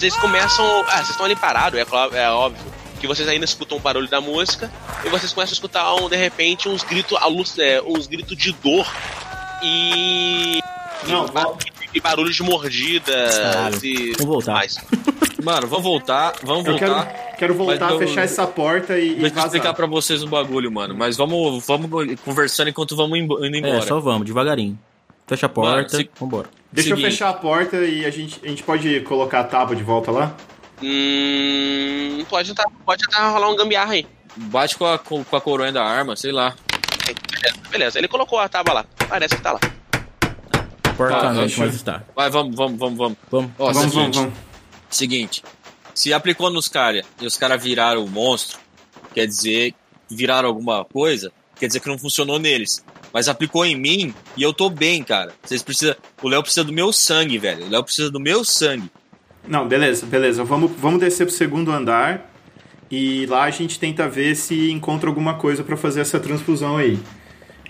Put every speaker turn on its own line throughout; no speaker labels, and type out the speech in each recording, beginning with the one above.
eles começam. Ah, vocês estão ali parados, é, clá- é óbvio. Que vocês ainda escutam o barulho da música. E vocês começam a escutar, um, de repente, uns gritos, alu- é, uns gritos de dor. E.
Não, vol-
E barulho de mordida.
Caralho.
E
Vou voltar.
mais.
Mano, vamos voltar, vamos
eu quero,
voltar.
quero voltar,
Mas eu-
fechar essa porta e, e
Deixa eu
vazar.
explicar pra vocês um bagulho, mano. Mas vamos, vamos conversando enquanto vamos imbo- indo embora.
É, só vamos, devagarinho. Fecha a porta,
Mano, se-
vambora.
Deixa eu
Seguinte.
fechar a porta e a gente, a gente pode colocar a tábua de volta lá?
Hum. Pode tentar, pode tentar rolar um gambiarra aí.
Bate com a, com com a coronha da arma, sei lá.
Beleza, ele colocou a tábua lá. Parece que tá lá.
Porta
Tá,
não,
deixa eu-
mas está.
Vai, vamos, vamos, vamos, vamos.
Vamos.
Ó,
vamos,
seguinte,
vamos, vamos.
seguinte. Se aplicou nos caras e os caras viraram o monstro, quer dizer, viraram alguma coisa, quer dizer que não funcionou neles. Mas aplicou em mim e eu tô bem, cara. Vocês precisam. O Léo precisa do meu sangue, velho. O Léo precisa do meu sangue.
Não, beleza, beleza. Vamos, vamos descer pro segundo andar e lá a gente tenta ver se encontra alguma coisa pra fazer essa transfusão aí.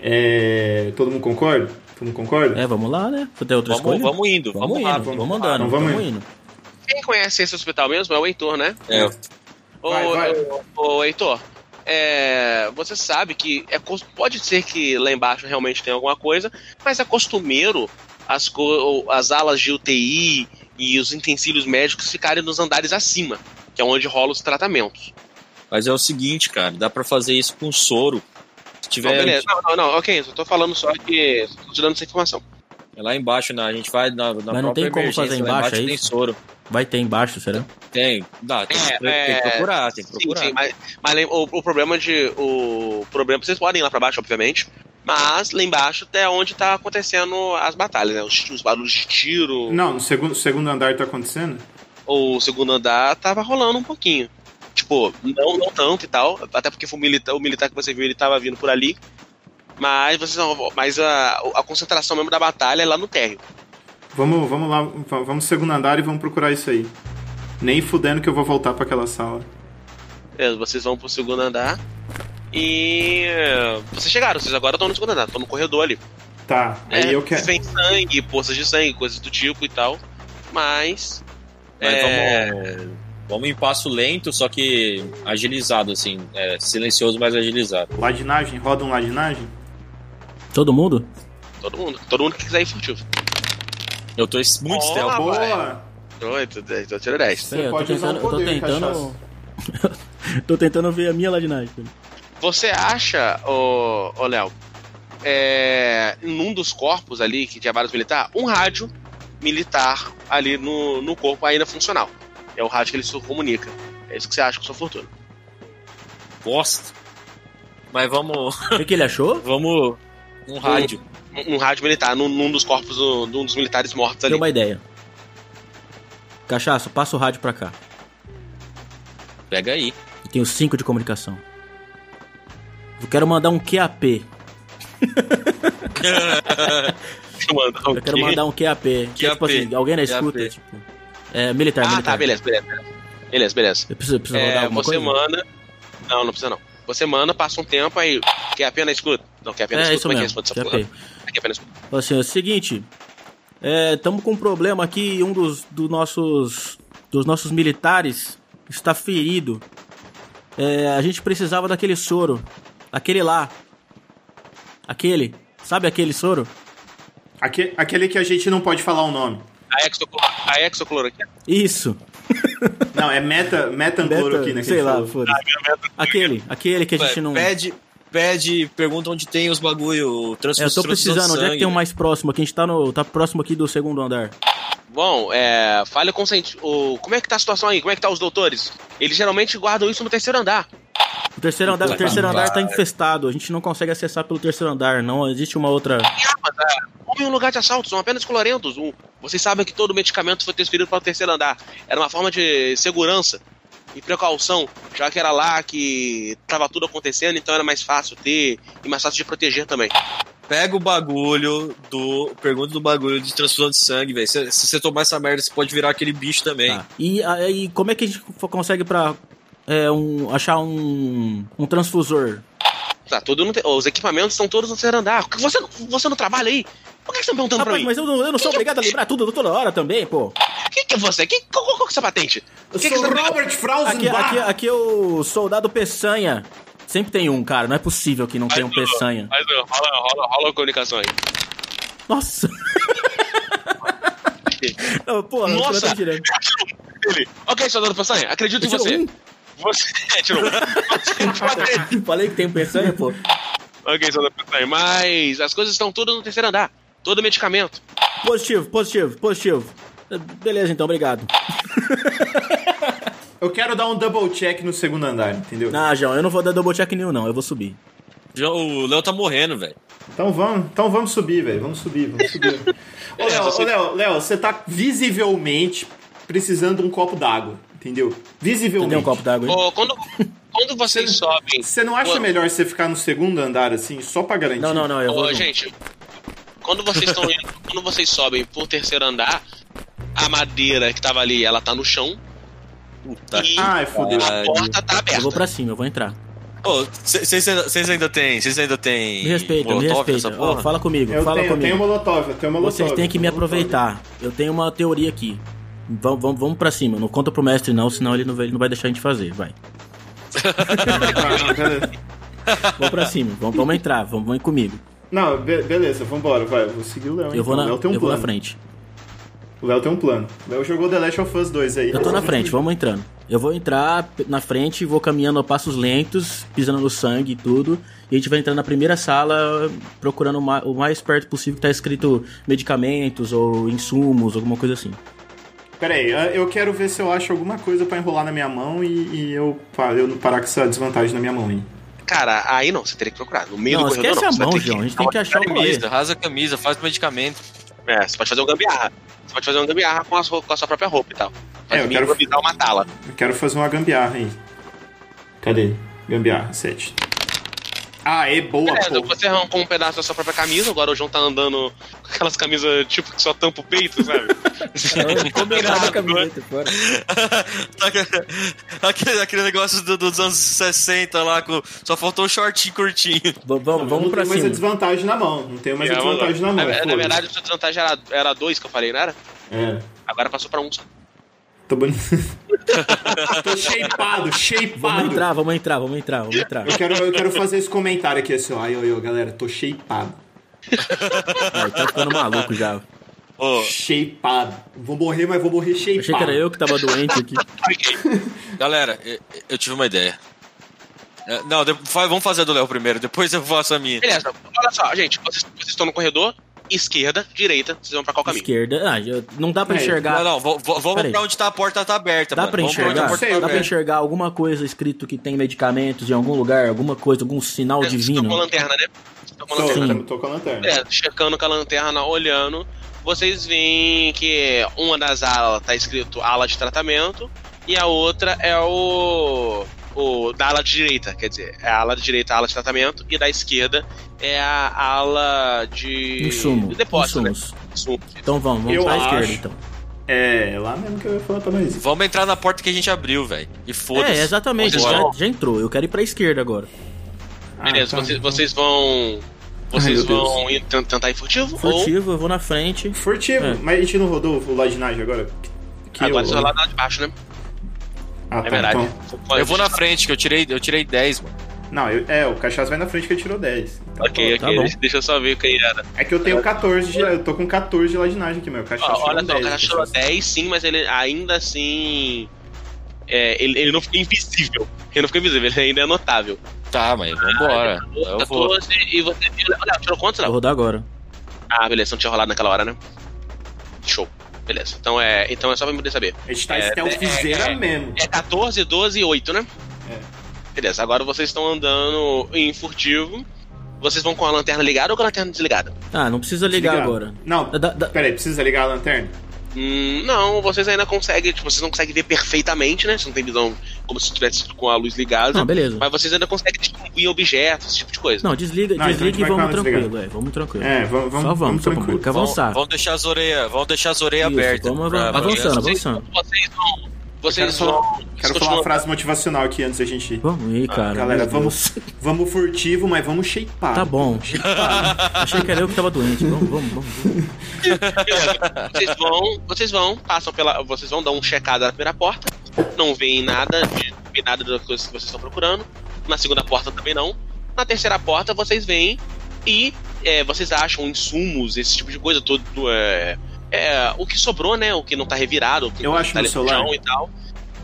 É, Todo mundo concorda? Todo mundo concorda?
É, vamos lá, né? Você tem outra
Vamos,
escolha?
vamos indo, vamos,
Vamos
lá.
indo,
vamos
vamos
lá,
andando,
então vamos
vamos indo.
Quem conhece esse hospital mesmo é o Heitor, né?
É,
Ô,
Vai, vai.
ô, ô, Heitor, é, você sabe que é, cos- pode ser que lá embaixo realmente tenha alguma coisa, mas é costumeiro as, co- as alas de UTI e os utensílios médicos ficarem nos andares acima, que é onde rolam os tratamentos.
Mas é o seguinte, cara, dá pra fazer isso com soro. Se
Então,
tiver
beleza. Não, não, não, ok, só tô falando só que. Só tô te dando essa informação.
é lá embaixo, na, a gente vai na, na
não
própria
tem como
emergência,
fazer
lá
embaixo, é
tem
isso?
soro.
Vai ter embaixo, será?
Tem, dá, tem,
É,
que pro- tem que
é,
procurar, tem que
Sim,
procurar.
sim, mas, mas lem- o, o problema de. O problema. Vocês podem ir lá pra baixo, obviamente. Mas lá embaixo é onde tá acontecendo as batalhas, né? Os, os barulhos de tiro.
Não, no segundo, segundo andar tá acontecendo?
o segundo andar tava rolando um pouquinho. Tipo, não, não tanto e tal. Até porque foi o, milita o militar que você viu, ele tava vindo por ali. Mas vocês não, mas a, a concentração mesmo da batalha é lá no térreo.
Vamos, vamos lá, v- vamos no segundo andar e vamos procurar isso aí. Nem fudendo que eu vou voltar pra aquela sala.
Beleza, É, Vocês vão pro segundo andar. E. eh, Vocês chegaram, vocês agora estão no segundo andar, estão no corredor ali.
Tá, aí
É,
eu quero.
Vem sangue, poças de sangue, coisas do tipo e tal. Mas.
Mas
é,
vamos, vamos em passo lento, só que agilizado, assim. é, silencioso, mas agilizado.
Ladinagem, roda um ladinagem?
Todo mundo?
Todo mundo, todo mundo que quiser ir furtivo.
Eu tô es- muito
Ó,
stealth.
Boa!
Oito, dez, eu tiro 10.
Ah, Você
É, eu tô
pode usar
tentando.
o
Eu tô
poder,
tentando... tô tentando ver a minha ladinagem. cara.
Você acha, ô, ô Léo, é, em um dos corpos ali, que tinha vários militares, um rádio militar ali no, no corpo ainda funcional. É o rádio que ele se comunica. É isso que você acha com sua fortuna.
Bosta. Mas vamos.
O que, que ele achou?
Vamos. Um rádio.
Um, um rádio militar, num, num dos corpos do- de um dos militares mortos ali.
Deu uma ideia. Cachaço, passa o rádio pra cá.
Pega aí.
Eu tenho 5 de comunicação. Eu quero mandar um QAP. Eu quero mandar um QAP. Que é, tipo
QAP.
assim, alguém na
QAP.
escuta, tipo. É, militar,
Ah,
militar.
tá, beleza, beleza. Beleza, beleza.
Eu preciso, eu preciso
É,
rodar alguma
você
coisa?
manda. Não, não precisa não. Você manda, passa um tempo aí. Quer apenas escuta? Não, quer apenas
É,
escuta?
isso
Como é que
mesmo.
responde essa
QAP.
porra? Quer apenas escuta?
Fala assim, é o seguinte, estamos com um problema aqui e um dos, dos nossos dos nossos militares está ferido. É, a gente precisava daquele soro, aquele lá, aquele, sabe aquele soro?
Aque- Aquele que a gente não pode falar o nome.
A exocloro, a exocloro aqui.
Isso.
Não, é meta, metancloro aqui, né? que
sei
ele
lá,
Ah,
falou.
foda. Aquele, aquele que a gente não.
Pede, pede, pergunta onde tem os bagulho.
É, eu tô precisando, onde é que tem o mais próximo? Aqui a gente tá no, tá próximo aqui do segundo andar.
Bom, é, fale com o cienti- o. Como é que tá a situação aí? Como é que tá os doutores? Eles geralmente guardam isso no terceiro andar.
O terceiro andar, o
Vai,
terceiro
vai.
andar tá infestado, a gente não consegue acessar pelo terceiro andar, não existe uma outra.
Não é um lugar de assalto, são apenas colorentos. Um, vocês sabem que todo medicamento foi transferido para o terceiro andar. Era uma forma de segurança e precaução, já que era lá que tava tudo acontecendo, então era mais fácil ter e mais fácil de proteger também.
Pega o bagulho do. Pergunta do bagulho de transfusão de sangue, velho. Se, se você tomar essa merda, você pode virar aquele bicho também.
Tá. E aí, como é que a gente co- consegue pra é, um, achar um, um transfusor?
Tá, tudo no te- Os equipamentos estão todos no terceiro andar. Você, você não trabalha aí? Por que vocês estão perguntando Então, pra
Rapaz,
mim?
mas eu não, eu não sou obrigado a lembrar tudo toda hora também, pô.
Por que Quem que é você? Quem, qual, qual, qual que é a sua patente?
Eu
que que
sou
você- tá
Robert
Aqui,
Frausenbach.
aqui, aqui é o soldado Peçanha. Sempre tem um, cara. Não é possível que não tenha um Peçanha.
Mas não, rola, rola, rola a comunicação aí.
Nossa! Não, porra, eu tô
Nossa!
direto.
Ele, ok, soldado Peçanha, acredito em
Tirou
você.
um?
Você é, tirou um. Você-
Falei que tem um Peçanha, pô.
ok, soldado Peçanha, mas as coisas estão todas no terceiro andar. Todo medicamento.
Positivo, positivo, positivo. Beleza, então, obrigado.
Eu quero dar um double check no segundo andar, entendeu?
Ah, João, eu não vou dar double check nenhum, não. Eu vou subir.
Já- O Léo tá morrendo, velho.
Então vamos, então vamos subir, velho. Vamos subir, vamos subir. ô, Léo, ô, Léo, Léo, É, você tá visivelmente precisando de um copo d'água, entendeu? Visivelmente.
Entendeu um copo d'água aí?
Ô, quando, quando vocês sobem.
Você não acha
Ô,
melhor você ficar no segundo andar assim, só pra garantir?
Não, não, não, eu
Ô,
vou. junto.
gente, quando vocês estão indo- quando vocês sobem pro terceiro andar, a madeira que tava ali, ela tá no chão
Puta.
e
Ai, fodeu.
a porta tá
Tá. Ah, Eu vou
aberta.
pra cima, eu vou entrar.
Ô, vocês ainda tem. Vocês ainda tem.
Me respeita, me
Molotov
respeita.
nessa
Ó,
porra?
fala comigo,
Eu
fala
tenho, eu
comigo.
tenho molotov, eu tenho molotov.
Vocês têm que me
eu tenho molotov.
aproveitar. Eu tenho uma teoria aqui. Vamos, vamos, vamos pra cima. Não conta pro mestre, não, senão ele não, vai- ele não vai deixar a gente fazer. Vai.
Ah, não, beleza.
Vamos pra cima. Vamos, vamos entrar. Vamos, vem comigo.
Não, be- beleza, vambora, vai. Eu vou seguir o Léo.
Eu vou
então.
na,
o Léo tem um
eu vou
plano.
na frente.
O Léo tem um plano. O Léo jogou The Last of Us 2 aí.
Eu tô na frente, vamos entrando. Eu vou entrar p- na frente, vou caminhando a passos lentos, pisando no sangue e tudo. E a gente vai entrar na primeira sala, procurando o ma- o mais perto possível que tá escrito medicamentos ou insumos, alguma coisa assim.
Pera aí, ah, eu quero ver se eu acho alguma coisa pra enrolar na minha mão e, e eu, pa- eu não parar com essa desvantagem na minha mão aí.
Cara, aí não, você teria que procurar. No meio
não,
do corredor
esquece
não.
a
você vai
mão,
ter que-
João. A gente tem que achar o rolê.
Camisa, rasga a camisa, faz medicamento.
É, você pode fazer uma gambiarra. Você pode fazer uma gambiarra com, as, rou- com a sua própria roupa e tal. Mas
É, eu
me
quero-
improvisar uma tala.
Eu quero fazer uma gambiarra aí. Cadê? Gambiarra, 7. Ah, é boa,
Beleza,
pô.
você arrancou um pedaço da sua própria camisa, agora o João tá andando com aquelas camisas tipo que só tampa o peito, sabe?
Combinado a camiseta, fora.
Tá aquele, aquele negócio do- dos anos 60 lá, com, só faltou um shortinho curtinho.
V- Vamos,
Eu
vamos
não
pra
tenho mais a
cima.
desvantagem na mão. Não tenho mais
É,
a desvantagem na
na,
mão.
na
foda-se.
verdade, o seu desvantagem era, era dois que eu falei, não era?
É.
Agora passou pra um só.
Tô bonito. Tô shapeado, shapeado.
Vamos entrar, vamos entrar, vamos entrar, vamos entrar.
Eu quero, eu quero fazer esse comentário aqui assim, ó. Ai, ai, ai, galera, tô shapeado.
Ai, tá ficando maluco já. Eu
Ô,
Shapeado. Vou morrer, mas vou morrer shapeado.
achei que era eu que tava doente aqui.
galera, eu, eu tive uma ideia. É, Não, de- fa- vamos fazer a do Léo primeiro, depois eu faço a minha.
Beleza, olha só, gente, vocês, vocês estão no corredor, esquerda, direita, vocês vão pra qual caminho?
Esquerda. Ah, eu- não dá pra
É,
Não,
enxergar.
não, vo- vo- vamos
Peraí.
pra onde tá a porta tá aberta,
Dá
mano.
pra
Vamos pra onde
enxergar?
a porta
sei,
tá
eu
Dá pra
aberta.
enxergar alguma coisa escrito que tem medicamentos em algum lugar, alguma coisa, algum sinal
Vocês estão com a
é divino?
lanterna, né? Vocês estão com a
Tô,
lanterna.
tô- tô com a lanterna.
É, checando com a lanterna, olhando, vocês veem que uma das alas tá escrito ala de tratamento e a outra é o. o da ala de direita, quer dizer, é a ala de direita, a ala de tratamento, e da esquerda é a ala de.
Insumo.
de depósito, né?
Insumos.
Insumo.
um Então vamos, vamos
Eu
pra
acho.
esquerda então.
É, lá mesmo que eu ia falar pra nós. ir.
Vamos entrar na porta que a gente abriu, velho. E foda-se.
É, exatamente.
Vocês
Já,
vão-
já entrou. Eu quero ir pra esquerda agora.
Beleza,
Ah, tá.
vocês, vocês vão. Vocês
meu Deus.
vão ir, ten- tentar ir furtivo? ou
Furtivo, eu vou na frente.
Furtivo,
É.
mas a gente não rodou o ladinagem agora? Que
agora
eu-
vocês vão lá de baixo, né?
Ah, tá,
É verdade.
então-
Eu vou na frente, que eu tirei, eu tirei 10, mano.
Não, eu- é, o cachaço vai na frente que eu tirou 10. Então,
Ok, ok,
Tá bom.
deixa- deixa eu só ver o que era.
É que eu tenho 14 de, eu tô com 14 de ladinagem aqui, meu. O
Ó,
cachaço tirou
olha só,
10,
o cara tirou
cachaço.
10 sim, mas ele ainda assim. é, ele, ele não ficou invisível. Ele não ficou invisível, ele ainda é notável.
Tá, mas vambora. Eu vou.
14 e você viu. Léo, tirou quanto,
Vou
Léo?
rodar agora.
Ah, beleza, não tinha rolado naquela hora, né? Show. Beleza. Então é, então é só pra me poder saber.
A gente tá
É,
stealthzeira
é, é.
mesmo.
É 14, 12 e 8, né? Beleza, agora vocês estão andando em furtivo. Vocês vão com a lanterna ligada ou com a lanterna desligada?
Ah, não precisa ligar
Desligado.
agora.
Não,
Da- da-
peraí, precisa ligar a lanterna?
Hum, não, vocês ainda conseguem. Tipo, vocês não conseguem ver perfeitamente, né? Vocês não tem visão como se estivesse com a luz ligada.
Não, beleza.
Mas é vocês ainda conseguem distinguir objetos, esse tipo de coisa.
Não, desliga,
Não, então a
desliga
gente
e
vai com
vamos
ela
tranquilo. É, vamos tranquilo.
É, vamos,
Só
vamos,
vamos,
vamos
só vamos.
tranquilo.
Tem que avançar.
Vamos deixar as orelhas, vamos deixar as orelhas
Isso,
abertas.
vamos
pra-
avan- avançando,
pra-
avançando.
Vocês vão,
Quero
Vocês vão.
falar, quero falar uma frase motivacional aqui antes da gente ir.
Vamos aí, cara.
Galera,
Meu
vamos,
Deus.
vamos furtivo, mas vamos shapear.
Tá bom. Achei que era eu que tava doente. Vamos, vamos, vamos. vamos.
Vocês vão, vocês vão, passam pela. Vocês vão dar um checada na primeira porta. Não veem nada, de- veem nada das coisas que vocês estão procurando. Na segunda porta também não. Na terceira porta vocês veem e é, vocês acham insumos, esse tipo de coisa, tudo. É, é, o que sobrou, né? O que não tá revirado. o que
Eu
não
acho
tá
no
ali
celular.
chão E tal.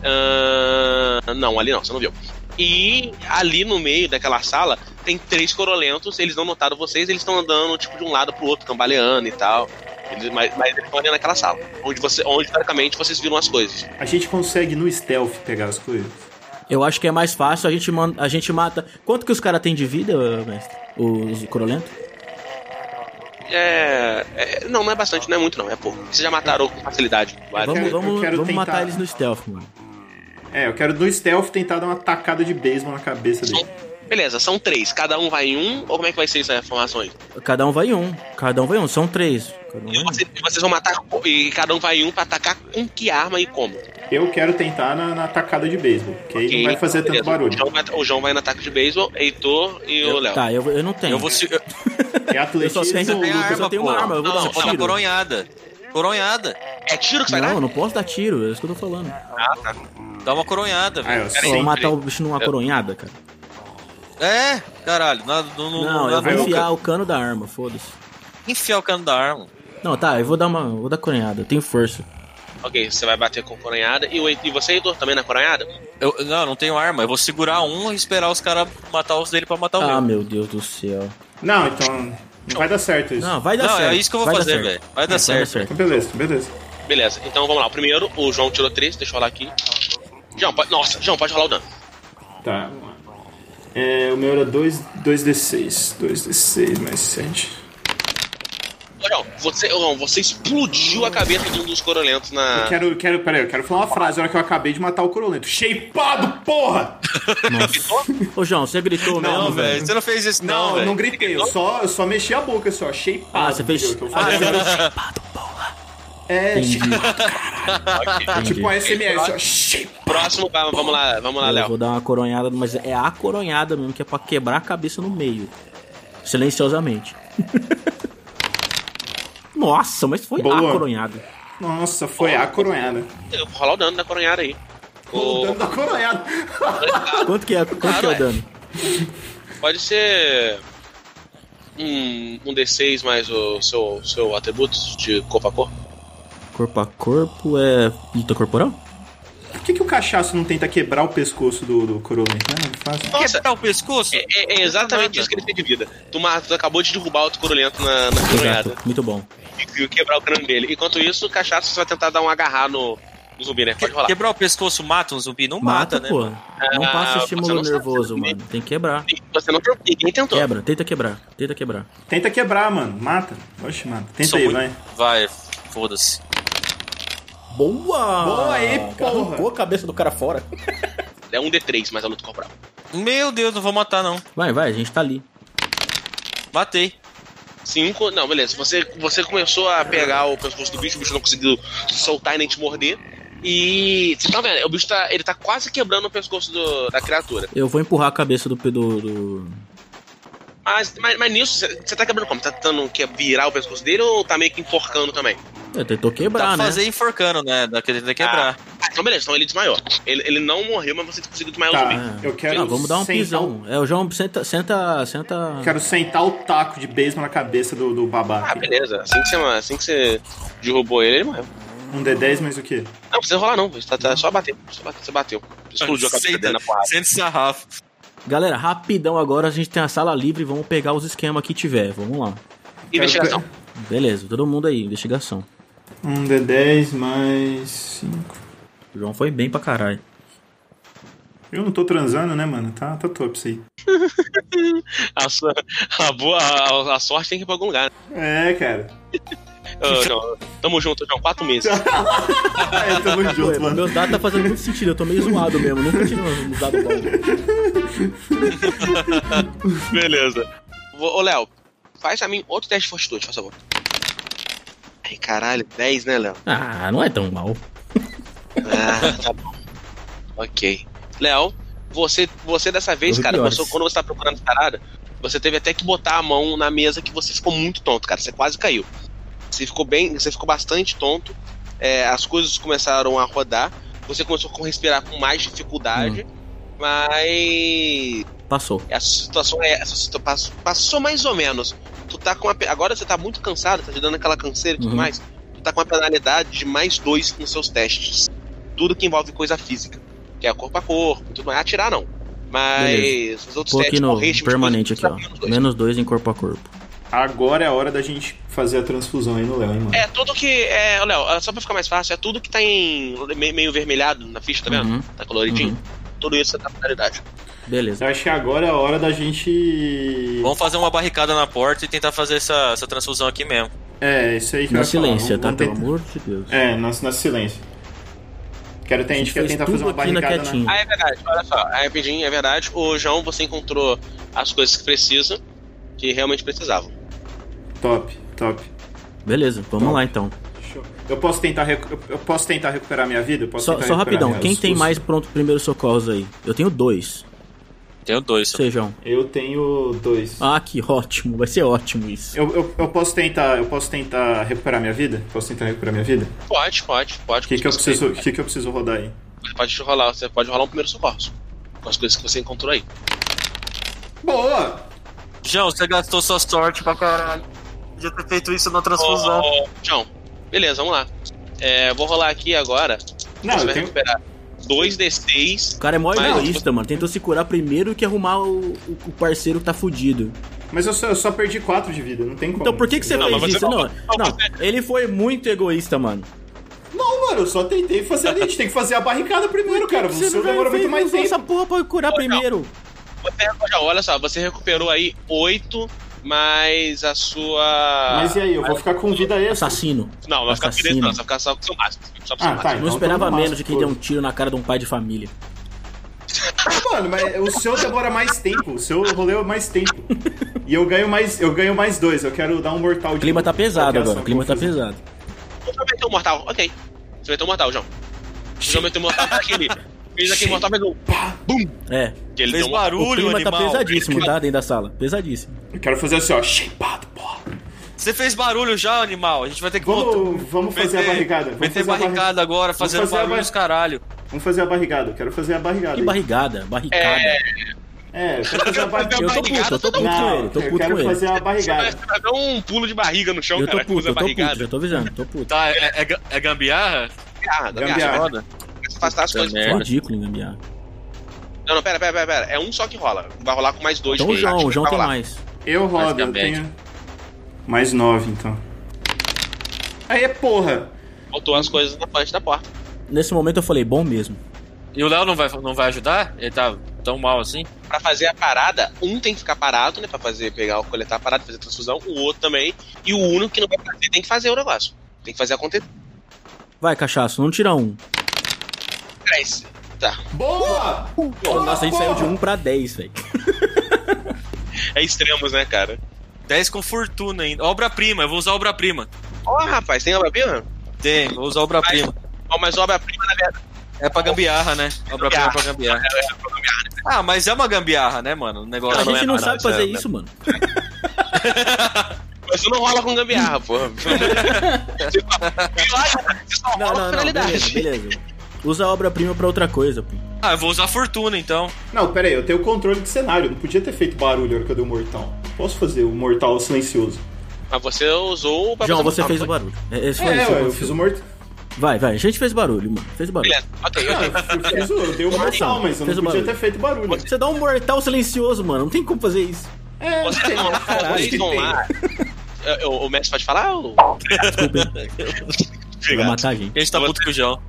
Ahn, não, ali não, você não viu. E ali no meio daquela sala tem três corolentos, eles não notaram vocês, eles estão andando tipo de um lado pro outro, cambaleando e tal. Eles, mas, mas eles estão ali naquela sala, onde, você, onde teoricamente vocês viram as coisas.
A gente consegue no stealth pegar as coisas.
Eu acho que é mais fácil, a gente, man- a gente mata. Quanto que os caras têm de vida, mestre? Os corolentos?
É, é, Não, não é bastante, não é muito, não, é pouco. Vocês já mataram com facilidade. vários.
Vamos,
eu
vamos,
quero
vamos matar
tentar-
eles no stealth, mano.
É, eu quero no stealth tentar dar uma tacada de beisebol na cabeça dele.
Beleza, são três. Cada um vai em um, ou como é que vai ser essas formações?
Cada um vai em um. Cada um vai em um. São três. Cada um vai em
E
um.
vocês, vocês vão matar. co- E cada um vai em um pra atacar com que arma e como.
Eu quero tentar na, na tacada de beisebol, que aí
Ok,
não vai fazer
beleza. Então,
tanto barulho.
O João vai, o João vai no ataque de beisebol, Heitor e o Léo.
Tá, eu, eu não tenho.
Eu vou se. eu-
É
Eu só sei que
atletismo
eu
ou
tenho,
Tem a
eu só
arma,
tenho
pô.
uma arma. Eu vou
Não,
dar um
pode dar
tiro.
coronhada. Coronhada.
É tiro que sai
Não,
dar?
eu não posso dar tiro, é isso que eu tô falando.
Dá uma coronhada,
Ah,
velho.
eu
Pô,
sempre,
matar o bicho numa coronhada, cara.
É, caralho. na- no- no-
Não, eu
na
vou
nuca.
enfiar o cano da arma, foda-se.
Enfiar o cano da arma.
Não, tá, eu vou dar uma. Vou dar coronhada, eu tenho força.
Ok, você vai bater com coronhada. E, o Heitor- e você, Heitor, também na coronhada?
Eu, não, eu não tenho arma. Eu vou segurar um e esperar os caras matar os dele pra matar o
ah,
Então, meu.
meu Deus do céu.
Não, então. Não vai dar certo isso.
Não, vai dar
Não,
certo.
é isso que eu vou
vai dar
fazer,
certo.
velho. Vai dar
É,
certo.
Então, beleza, beleza.
Beleza, então vamos lá. O primeiro, o João tirou três, deixa eu rolar aqui. João, pode, nossa, João, pode rolar o dano.
Tá, vamos lá. É, o meu era 2, 2d6. 2d6 mais 7.
Ô, João, você, ô, João, você explodiu a cabeça de um dos corolentos na.
Quero, quero, peraí, eu quero falar uma frase na hora que eu acabei de matar o Corolento. Shapeado, porra!
Nossa. Ô, João, você gritou
Não,
mesmo?
velho. Você não fez isso,
Não,
não,
eu não
velho.
gritei, eu só, eu só mexi a boca, assim, ó. Shapeado.
Ah, você fez.
entendeu? Que eu
Ah,
falei.
você fez.
é,
Entendi.
tipo um SMS, ó. Shapeado.
Próximo, vai, vamos lá, vamos lá, Ah,
Eu
Léo.
vou dar uma coronhada, mas é a coronhada mesmo, que é pra quebrar a cabeça no meio. Silenciosamente. Nossa, mas foi
Boa.
a coronhada.
Nossa, foi a coronhada.
Eu vou rolar o dano da coronhada aí.
O
O,
dano da coronhada.
Quanto que é, quanto que é o
Cara,
dano?
pode ser. Um, um D6 mais o seu, seu atributo de corpo a corpo?
Corpo a corpo é. luta corporal?
Por que, que o cachaço não tenta quebrar o pescoço do, do Corolento? Não é nada fácil.
Quer
Nossa,
Quebrar o pescoço?
é, é- é exatamente isso que ele tem de vida. Tu, ma- tu acabou de derrubar outro corolento na, na coronhada.
Exato, muito bom.
conseguiu quebrar o crânio dele. Enquanto isso, o cachaça você vai tentar dar um agarrar no, no zumbi, né? Pode rolar.
Quebrar o pescoço mata um zumbi? Não
Mata,
mata, né?
pô. Não
Ah,
passa
você
estímulo
não sabe
nervoso,
se é
mano. Tem que quebrar.
Você não tentou, ninguém tentou. É.
Quebra, tenta quebrar, tenta quebrar.
Tenta quebrar, mano. Mata. Oxe, mata. Tenta
Sou
aí,
muito-
vai.
Vai, foda-se.
Boa!
Boa aí,
Cara,
porra.
Arrancou a cabeça do cara fora.
É um D3, mas a luta corporal.
Meu Deus, não vou matar, não.
Vai, vai, a gente tá ali.
Matei.
Cinco, um não, beleza. Você, você começou a pegar o pescoço do bicho, o bicho não conseguiu soltar e nem te morder. E você tá vendo, o bicho tá, ele tá quase quebrando o pescoço do- da criatura.
Eu vou empurrar a cabeça do. do, do...
Mas, mas, mas nisso, você você tá quebrando como? Tá tentando que- virar o pescoço dele ou tá meio que enforcando também?
É, tentou
Tá
Dá
quebrar,
pra
né?
Tá fazer enforcando, né? Dá que tentar quebrar.
Ah, então beleza, então ele desmaiou. Ele, ele não morreu, mas você conseguiu desmaiar o zumbi.
Tá, eu quero.
Ah, vamos dar um
sentar
pisão. É, o João senta, senta, senta.
o- Quero sentar o taco de beisebol na cabeça do, do babá.
Ah, beleza. Assim que você, assim que você derrubou ele, ele morreu.
Um D10, mas o quê?
Não, precisa rolar não, tá, tá, só bater. Só bater, você bateu. Explodiu a cabeça
Senta-
dele na porrada.
Senta esse sarrafo.
Galera, rapidão agora, a gente tem a sala livre, vamos pegar os esquemas que tiver, vamos lá.
Investigação.
Beleza, todo mundo aí, investigação.
Um D10 mais 5.
O João foi bem pra caralho.
Eu não tô transando, né, mano? Tá, tá top isso aí.
A, sua- a boa, a, a sorte tem que ir pra algum lugar. né?
É, cara.
Ô, João, tamo junto, João, quatro meses.
É, tamo junto,
Pô,
mano.
meus dados tá fazendo muito sentido, eu tô meio zoado mesmo, nunca tive um dado bom.
Beleza. Ô, Léo, faz pra mim outro teste de fortitude, por favor. Ai, caralho, 10, né, Léo?
Ah, não é tão mal.
Ah, tá bom. Ok. Léo, você, você dessa vez,
Eu vi
cara,
piores.
você- quando você tá procurando parada, você teve até que botar a mão na mesa que você ficou muito tonto, cara. Você quase caiu. Você ficou bem, você ficou bastante tonto. é, as coisas começaram a rodar. Você começou a respirar com mais dificuldade. Mas
Passou.
a situação é essa. situa- pass- Passou mais ou menos. Tu tá com uma pe- Agora você tá muito cansado, tá te dando aquela canseira e tudo
Uhum.
mais. Tu tá com uma penalidade de mais dois nos seus testes. Tudo que envolve coisa física. Que é corpo a corpo, tudo mais. Atirar não. Mas os outros
Pô aqui
testes
no
correr, tipo,
permanente
tudo,
aqui, ó.
tá menos dois.
Menos dois em corpo a corpo.
Agora é a hora da gente fazer a transfusão aí no Léo, hein, mano?
É, tudo que. É, ô, Léo, só pra ficar mais fácil, é tudo que tá em. me- meio vermelhado na ficha, tá vendo?
Uhum,
Tá coloridinho.
uhum.
Tudo isso é da penalidade.
Beleza.
Eu acho que agora é a hora da gente.
Vamos fazer uma barricada na porta e tentar fazer essa, essa transfusão aqui mesmo.
É, isso aí que eu
Na
ia falar.
silência,
Vamos-
tá?
vamos
Pelo
tentar-
amor de Deus.
É, na, na silência. Quero ter, a
A
gente,
gente
quer
fez
tentar
tudo
fazer uma
aqui na
barricada
quietinha.
Ah, é verdade, olha só, é rapidinho, é verdade. O João, você encontrou as coisas que precisa, que realmente precisavam.
Top, top.
Beleza, vamos lá então.
Show. Eu posso tentar, recu- eu- eu posso tentar recuperar minha vida? Eu posso
Só,
tentar
só
recuperar
rapidão,
minha-
quem
os-
tem
os-
mais pronto primeiro socorros aí? Eu tenho dois.
Tenho dois. só.
Sejam.
Eu tenho dois.
Ah, que ótimo, vai ser ótimo isso.
Eu, eu, eu posso tentar, eu posso tentar recuperar minha vida? Posso tentar recuperar minha vida?
Pode, pode, pode.
O que, que eu preciso, o que, que eu preciso rodar aí?
Você pode rolar, você pode rolar um primeiro socorro. Com as coisas que você encontrou aí.
Boa!
João, você gastou sua sorte pra caralho. Podia ter feito isso na transfusão.
Ô, João, beleza, vamos lá. É, vou rolar aqui agora.
Não,
você
eu
vai
tenho.
recuperar 2d6.
O cara é mó
Mas-
egoísta, mano. Tentou se curar primeiro que arrumar o, o parceiro que tá fudido.
Mas eu só, eu só perdi quatro de vida, não tem como.
Então por que, que você
Não, mas
fez
você
isso?
não-
Não, não, ele foi muito egoísta, mano.
Não, mano, eu só tentei fazer a gente tem que fazer a barricada primeiro, cara.
Você
Você
não
demora
fez-
muito mais
usou
tempo.
essa porra pra curar
Ô,
primeiro.
Você- João, olha só, você recuperou aí 8, mais a
Ah.
sua.
Mas e aí, eu vou ficar com vida extra.
Assassino.
Não, vai ficar
Assassino.
direito, não, você vai ficar só com o seu máximo. Só com o seu
Ah, tá.
máximo.
Não
então
esperava
todo mundo
menos de quem
massa,
deu um tiro na cara de um pai de família.
pô. Mano, mas o seu demora mais tempo. O seu rolê é mais tempo. E eu ganho mais, eu ganho mais dois. Eu quero dar um mortal
O
de
clima tá pesado
qualquer ação
agora, o clima
que eu
tá
fizer.
pesado.
Você vai meter um mortal, ok. Você vai ter um mortal, João. Você vai meter um mortal com aquele. Fez aquele mortal, pegou. um Pá, bum!
É,
Que ele
Fez
deu uma...
o
barulho,
clima
animal.
tá pesadíssimo, tá? Dentro da sala. Pesadíssimo.
Eu quero fazer assim, ó. Shapeado, porra.
Você fez barulho já, animal. A gente vai ter que
Vamos, vamos fazer a barrigada. Vamos
meter
fazer a barri-
barricada agora,
Vamos
fazendo
fazer a
barulho
bar-
os caralho.
Vamos fazer a barrigada. Eu quero fazer a barrigada.
Que
aí.
barrigada, barricada.
É, eu quero fazer a
Eu
barrigada.
tô puto, eu tô puto com ele,
Não,
tô
eu
puto
quero
com ele.
fazer a
Você vai,
barrigada.
você vai dar um pulo de barriga no chão,
Eu
cara.
tô puto,
fazer
eu tô puto,
barrigada.
já tô avisando, tô puto.
Tá, é, é, ga- é gambiarra?
Ah,
Gambiarra.
Gambiarra. Vai afastar as
Puta
coisas.
É
merda.
fora.
ridículo engambiar.
Não, não, pera, pera, pera, pera. É um só que rola. Vai rolar com mais dois.
Então
que
o João,
acho
o
que
João
vai
tem
rolar.
mais.
Eu rodo, eu
Basicamente.
tenho. Mais nove, então. Aê, porra!
Botou as coisas na frente da porta.
Nesse momento eu falei, bom mesmo.
E o Léo não vai, não vai ajudar? Ele tá tão mal assim?
Pra fazer a parada, um tem que ficar parado, né? Pra fazer, pegar, coletar a parada, fazer a transfusão. O outro também. E o único que não vai fazer tem que fazer o negócio. Tem que fazer acontecer.
Vai, cachaço, não tira um.
Cresce. Tá.
Boa!
Nossa, a gente saiu de um pra dez, velho.
É extremos, né, cara?
10 com fortuna ainda. Obra-prima, eu vou usar obra-prima.
Ó, rapaz, tem obra-prima?
Tem, vou usar obra-prima.
Ó, mas obra-prima, na verdade.
É pra gambiarra, né? Obra-prima é pra gambiarra.
é pra gambiarra.
Ah, mas é uma gambiarra, né, mano? O negócio
A
não
não,
é
gente não
parada,
sabe fazer
né?
isso, mano.
Mas você não rola com gambiarra, porra. Você só- Você só
Não,
rola
não,
com
não,
penalidade.
beleza, beleza. Usa a obra-prima pra outra coisa, pô.
Ah, eu vou usar fortuna, então.
Não, pera aí, eu tenho controle de cenário. eu Não podia ter feito barulho na hora que eu dei o mortal. Posso fazer o mortal silencioso?
Mas você usou pra
João,
fazer
você
uma-
fez o barulho. É, esse
É,
foi isso,
ué, eu
foi-
fiz o mortal.
Vai, vai, a gente fez barulho, mano. Fez barulho.
Beleza, ok,
Não,
ok.
eu fiz o. Eu dei o
Coração,
mortal, mas eu não
fez o
podia
barulho.
ter feito barulho.
Você dá um mortal silencioso, mano. Não tem como fazer isso.
É,
Vocês vão,
caralho,
vocês
que
vão
tem.
lá. Eu- eu- o mestre pode falar? ou-
Desculpa, hein. Vai matar a gente.
A gente tá
Vou-
puto com o João.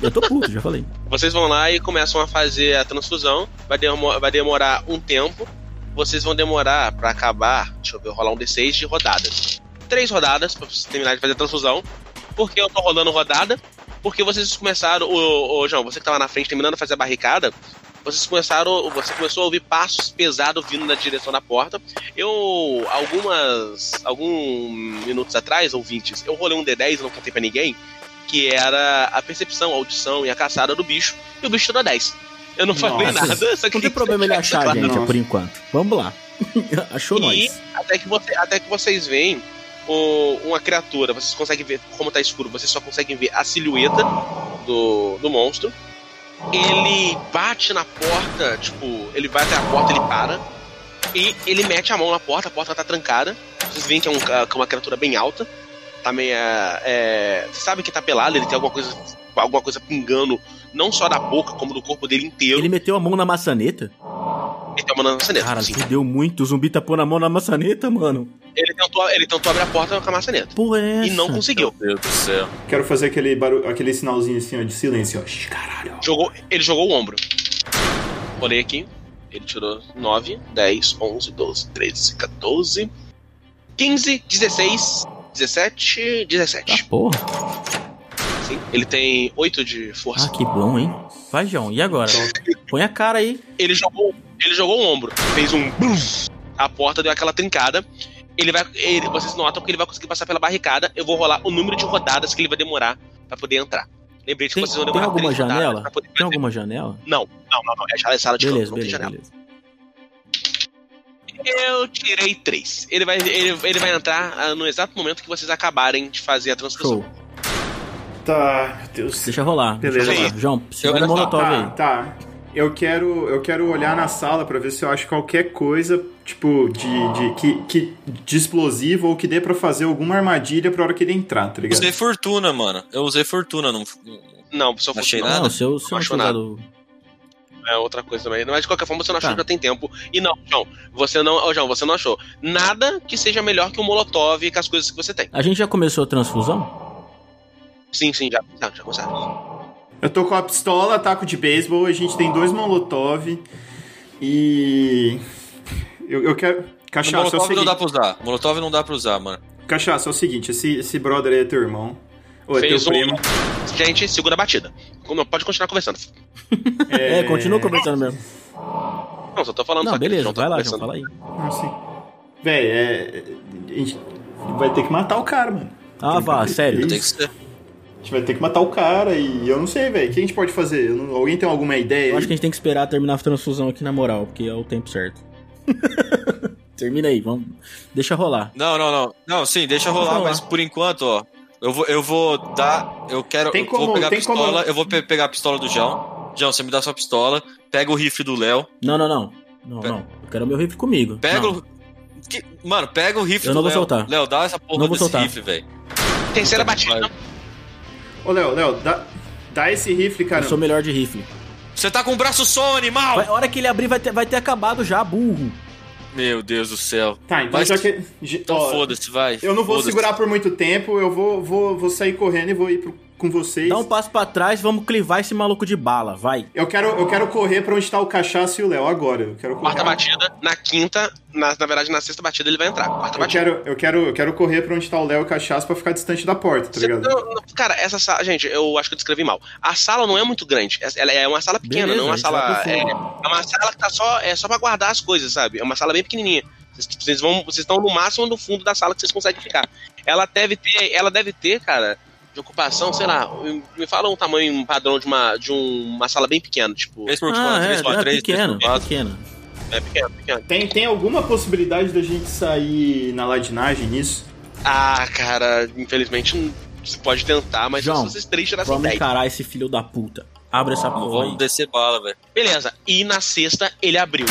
Eu tô puto, já falei.
Vocês vão lá e começam a fazer a transfusão. Vai, demo- vai demorar um tempo. Vocês vão demorar pra acabar. Deixa eu ver, rolar um D6 de rodadas. Três rodadas pra vocês terminarem de fazer a transfusão. Por que eu tô rolando rodada? Porque vocês começaram. Ô, ô, João, você que tava na frente terminando de fazer a barricada. Vocês começaram. Você começou a ouvir passos pesados vindo na direção da porta. Eu, algumas. alguns minutos atrás, ouvintes, eu rolei um D10 e não contei pra ninguém. que era a percepção, a audição e a caçada do bicho, e o bicho tirou 10. Eu não falei
Nossa.
nada, só que
Não tem problema ele achar,
Claro.
gente, é
Nossa.
por enquanto. Vamos lá. Achou
E-
nós.
até que, você- até que vocês veem o- uma criatura, vocês conseguem ver, como tá escuro, vocês só conseguem ver a silhueta do, do monstro. Ele bate na porta, tipo, ele vai até a porta, ele para. E ele mete a mão na porta, a porta tá trancada. Vocês veem que é, um ca- que é uma criatura bem alta. Tá meio. É, vocês sabem que tá pelado, ele tem alguma coisa, alguma coisa pingando, não só da boca, como do corpo dele inteiro.
Ele
Ele,
meteu a mão na maçaneta?
tem uma maçaneta.
Cara,
assim.
perdeu muito. O zumbi tapou na mão na maçaneta, mano.
ele, tentou, ele tentou abrir a porta com a maçaneta.
Porra, é essa?
E não conseguiu.
Deus do céu.
Quero fazer aquele, barulho, aquele sinalzinho assim, ó, de silêncio, ó. Shhh, caralho.
Jogou, ele jogou o ombro. Olhei aqui. Ele tirou 9, 10, 11, 12, 13, 14, 15, 16, 17, 17.
Ah, porra. Tá.
Sim, ele tem 8 de
Ah,
força.
que bom, hein? Vai, João. E agora? Põe a cara aí.
Ele jogou, ele jogou o ombro. Fez um brum. A porta deu aquela trincada. Ele vai, ele- vocês notam que ele vai conseguir passar pela barricada. Eu vou rolar o número de rodadas que ele vai demorar pra poder entrar. Lembrei de que
Tem,
vocês vão
tem
demorar
alguma
três rodadas
janela?
pra poder-
Tem alguma janela?
Não, não, não, não. É sala- É sala de
Beleza,
campo, não tem
beleza,
janela.
beleza.
Eu tirei três. Ele vai, ele, ele vai entrar ah, no exato momento que vocês acabarem de fazer a transcrição.
Show.
Tá, meu Deus.
Deixa rolar.
Beleza.
Deixa rolar. João, segura
Eu-
o molotov
Tá,
aí.
tá. Eu quero, eu quero olhar na sala pra ver se eu acho qualquer coisa, tipo, de, de, que, que, de explosivo ou que dê pra fazer alguma armadilha pra hora que ele entrar, tá ligado?
Usei fortuna, mano. Eu usei fortuna. Não...
Não, só
Achei
funcionou.
nada.
Não, seu, seu
Acho nada.
acusado.
É outra coisa também. Mas de qualquer forma, você não achou
Tá.
que já tem tempo. E não, João, você não. Ô, João, você não achou. Nada que seja melhor que o Molotov e que as coisas que você tem.
A gente já começou a transfusão?
Sim, sim, já. Já, já começaram.
Eu tô com a pistola, taco de beisebol, a gente tem dois molotov e. Eu, eu quero. Cachaça, é o
Molotov não dá
seguinte.
pra usar. Molotov não dá pra usar, mano.
Cachaça, é o seguinte, esse, esse brother aí é teu irmão. Ou é
Fez
teu
um-
primo.
Gente, segura a batida. Como- Pode continuar conversando.
É, continua conversando mesmo.
Não, só tô falando só
Não,
que eles
beleza,
não tão
vai lá, João,
tá conversando.
fala aí.
Não, sim. Véi, é. A gente vai ter que matar o cara, mano.
Ah, vá, sério.
Tem que ser.
A gente vai ter que matar o cara e eu não sei, velho. O que a gente pode fazer? Eu não- Alguém tem alguma ideia?
Eu
aí?
acho que a gente tem que esperar terminar a transfusão aqui na moral, porque é o tempo certo. Termina aí, vamos. Deixa rolar.
Não, não, não. Não, sim, deixa rolar,
Vamos lá.
mas por enquanto, ó. Eu vou, eu vou dar. Eu quero.
Tem
eu
como-
vou pegar a
tem
pistola.
como-
Eu vou pe- pegar a pistola do João. João, você me dá sua pistola. Pega o rifle do Léo.
Não, não, não. Não,
Pera.
não. Eu quero meu rifle comigo.
Pega
Não.
o. que- Mano, pega o rifle
Eu
do
não vou
Léo.
soltar.
Léo, dá essa porra
Não vou
desse
soltar.
rifle, velho.
Terceira batida.
Ô, Léo, Léo, dá, dá esse rifle,
Eu
cara.
sou melhor de rifle.
Você tá com o braço só, animal!
Vai- a hora que ele abrir vai ter, vai ter acabado já, burro.
Meu Deus do céu.
Tá, então
Mas-
já que. já-
Então
ó,
foda-se, vai.
eu não vou
Foda-se.
segurar por muito tempo, eu vou, vou, vou sair correndo e vou ir pro- com vocês.
Dá um passo pra trás, vamos clivar esse maluco de bala, vai.
Eu quero, eu quero correr pra onde tá o cachaço e o Léo agora. Eu quero correr.
Quarta batida. Na quinta, na, na verdade, na sexta batida ele vai entrar. Quarta
Eu
batida.
quero, eu quero, eu quero correr pra onde tá o Léo e o cachaço pra ficar distante da porta, tá
Você-
ligado?
não, não, cara, essa sala. Gente, eu acho que eu descrevi mal. A sala não é muito grande. essa- Ela é uma sala pequena,
Beleza,
não é uma
a gente vai
sala.
pro
É,
fundo.
é uma sala que tá só, é só pra guardar as coisas, sabe? É uma sala bem pequenininha. Vocês, tipo, vocês vão, vocês estão no máximo do fundo da sala que vocês conseguem ficar. Ela deve ter, ela deve ter, cara, de ocupação, sei lá. Me fala um tamanho, um padrão de uma, de um, uma sala bem pequena, tipo.
3 por 4
Ah, é,
3 por
é
3
pequeno,
3 por 4
pequeno.
É pequena, pequena.
Tem, tem alguma possibilidade da gente sair na ladinagem nisso?
Ah, cara, infelizmente não- você pode tentar, mas
João,
se vocês três tirassem
Vamos
10.
encarar esse filho da puta. Abre essa porra aí.
Vamos descer bala, velho.
Beleza, e na sexta ele abriu.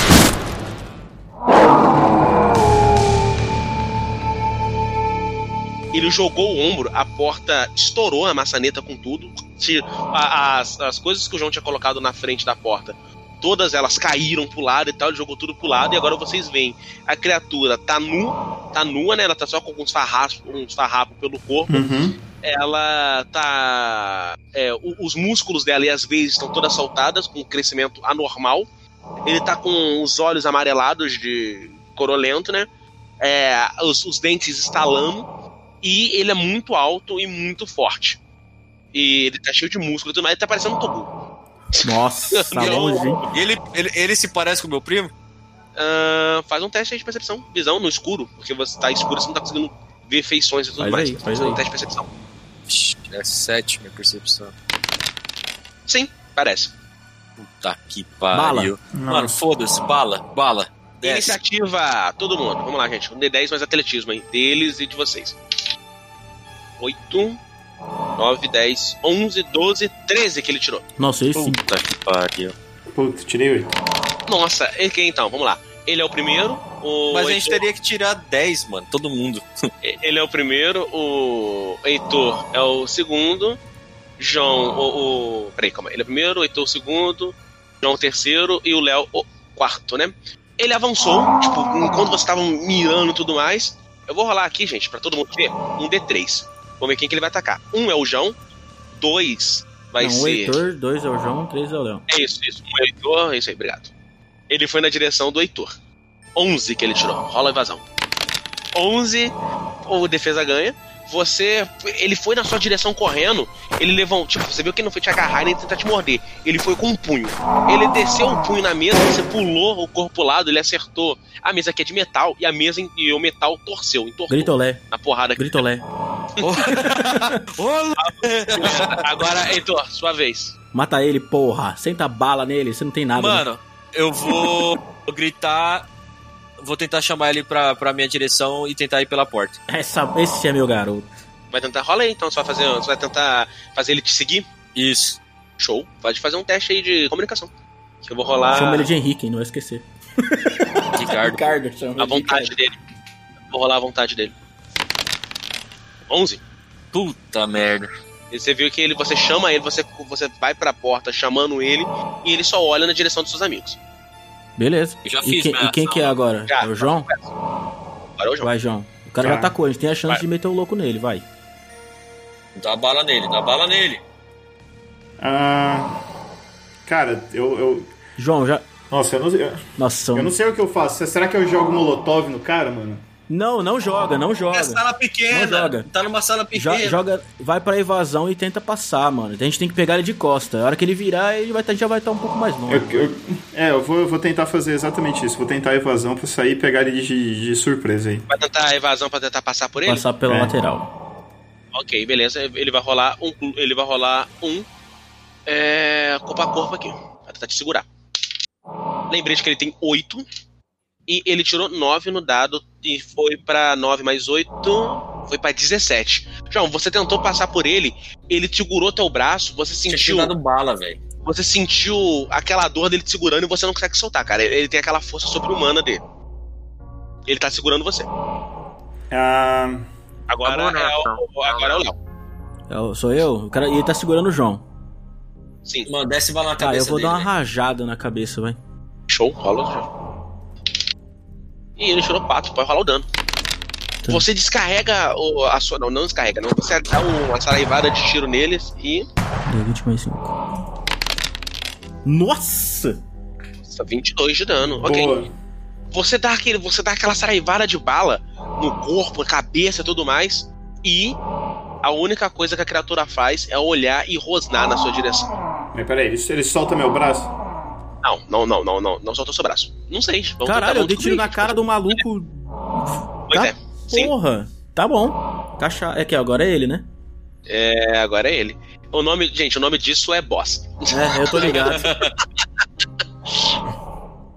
Ele jogou o ombro, a porta estourou a maçaneta com tudo. Se- a- As, as coisas que o João tinha colocado na frente da porta, todas elas caíram pro lado e tal, ele jogou tudo pro lado. E agora vocês veem, a criatura tá nu, tá nua, né? Ela tá só com uns farrapos, uns farrapos pelo corpo
Uhum.
ela tá. é, o- os músculos dela e as veias estão todas saltadas, com um crescimento anormal. Ele tá com os olhos amarelados de corolento, né? É, os, os dentes estalando. E ele é muito alto e muito forte. E ele tá cheio de músculo e tudo mais, ele tá parecendo um tobu.
Nossa,
Não.
longe, hein?
E ele, ele, ele se parece com o meu primo?
Ah, faz um teste aí de percepção, visão no escuro, porque você tá escuro, você não tá conseguindo ver feições e tudo
Faz
mais.
aí, faz
Um
aí.
teste de percepção.
Shhh, É 7, minha percepção.
Sim, parece.
Puta que pariu. Mano,
Nossa.
foda-se, bala, bala. Desce.
Iniciativa, todo mundo. Vamos lá, gente. Um D10 mais atletismo, hein? Deles e de vocês. 8, 9, 10, 11, 12, 13 que ele tirou.
Nossa, esse.
Puta que pariu.
Putz, tirei oito.
Nossa, e quem então? Vamos lá. Ele é o primeiro. O
Mas a gente
Heitor-
teria que tirar 10, mano, todo mundo.
Ele é o primeiro. O Heitor é o segundo. João, o. o... Peraí, calma. Ele é o primeiro, o Heitor o segundo. João o terceiro e o Léo o quarto, né? Ele avançou, tipo, enquanto vocês estavam mirando e tudo mais. Eu vou rolar aqui, gente, pra todo mundo ver. Um D3. Vamos ver quem que ele vai atacar. Um é o João. Dois vai
Não, o
ser.
um Heitor, dois é o João, três é o Léo.
É isso, isso. Um é o Heitor, é isso aí, obrigado. Ele foi na direção do Heitor. 11 que ele tirou. Rola a invasão. 11, o defesa ganha. Você, ele foi na sua direção correndo. Ele levou, tipo, você viu que ele não foi te agarrar nem tentar te morder. Ele foi com um punho. Ele desceu um punho na mesa, você pulou o corpo pro lado, ele acertou. A mesa aqui é de metal e a mesa em- e o metal torceu, entortou
Gritolé,
na porrada.
gritolé.
Agora, Heitor, sua vez.
Mata ele, porra. Senta bala nele, você não tem nada. né?
Mano, eu vou gritar. Vou tentar chamar ele pra, pra minha direção e tentar ir pela porta.
Essa, esse é meu garoto.
Vai tentar, rola aí então, você vai fazer, você vai tentar fazer ele te seguir?
Isso.
Show. Pode fazer um teste aí de comunicação. Que eu vou rolar
Chama ele de Henrique, hein, não vai esquecer.
Ricardo.
Ricardo, chama ele
a
de
vontade
Ricardo.
dele. Vou rolar a vontade dele. 11.
Puta merda.
E você viu que ele, você chama ele, você, você vai pra porta chamando ele e ele só olha na direção dos seus amigos.
Beleza.
Eu já
e
fiz
quem,
minha
e quem
ação.
que é agora?
Já.
É o João?
Agora é o João.
Vai, João. O cara
Tá.
já atacou, a gente tem a chance
Vai.
de meter o louco nele, vai.
Dá bala nele, dá bala nele.
Ah, cara, eu, eu.
João, já.
Nossa, eu não, eu,
Nossa,
eu
não...
não sei o que eu faço. Será que eu jogo molotov no cara, mano?
não, joga, não
É
joga.
sala pequena.
Não joga.
Tá numa sala
Jo-
pequena.
joga, vai pra evasão e tenta passar, mano. A gente tem que pegar ele de costa. A hora que ele virar, ele vai tá- já vai estar um pouco mais longe.
Eu- eu- é, eu vou, eu vou tentar fazer exatamente isso. Vou tentar a evasão pra sair e pegar ele de, de surpresa aí.
Vai tentar a evasão pra tentar passar por ele?
Passar pela
É.
lateral.
Ok, beleza. Ele vai rolar um. Ele vai rolar um. É. Corpo a corpo aqui. Vai tentar te segurar. Lembrete que ele tem 8. E ele tirou 9 no dado. E foi pra 9 mais 8. Foi pra 17. João, você tentou passar por ele. Ele te segurou teu braço. Você
Tinha
sentiu.
que dado um bala, velho.
Você sentiu aquela dor dele te segurando e você não consegue soltar, cara. Ele ele tem aquela força sobre-humana dele. Ele tá segurando você.
Ah,
Agora
Tá bom,
é
não,
o. Agora é o Léo.
Eu- sou eu? O cara, e ele tá segurando o João.
Sim.
Mano, desce bala na
Tá,
cabeça
eu vou
dele, né?
dar uma
velho.
rajada na cabeça, vai.
Show, rola já. E ele tirou 4, pode rolar o dano.
Tá.
Você descarrega o, a sua. Não, não descarrega, não. Você dá um- uma saraivada de tiro neles e.
Deu 20 mais 5. Nossa!
Nossa, 22 de dano. Ok.
boa.
Você dá, aquele, você dá aquela saraivada de bala no corpo, na cabeça e tudo mais. E a única coisa que a criatura faz é olhar e rosnar na sua direção.
Mas peraí, ele, ele solta meu braço?
Não, não, não, não, não. Não soltou seu braço. Não sei. Vamos
Caralho,
tentar
eu dei tiro na
descobrir.
cara do maluco.
Pois
tá?
é. Sim.
Porra! Tá bom. Caixa... É que agora é ele, né?
É, agora é ele. O nome, gente, o nome disso é boss.
É, eu tô ligado.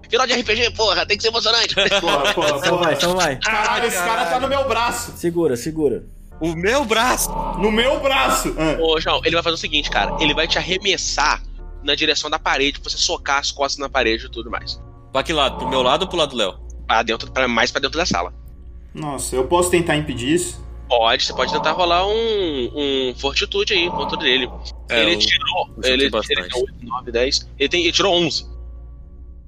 Final de RPG, porra, tem que ser emocionante.
Porra, porra,
Então vai,
porra.
então vai.
Caralho, esse cara tá no meu braço!
Segura, segura.
O meu braço!
No meu braço! Ah,
Ô, João, ele vai fazer o seguinte, cara. Ele vai te arremessar na direção da parede, pra você socar as costas na parede e tudo mais.
Pra que lado? Pro meu lado ou pro lado do Léo?
Pra dentro, pra, mais pra dentro da sala.
Nossa, eu posso tentar impedir isso?
Pode, você pode tentar rolar um, um fortitude aí contra dele.
É,
ele
eu-
tirou.
eu chutei
Ele, ele
bastante.
tem 8, 9, 10. Ele, tem, ele tirou 11.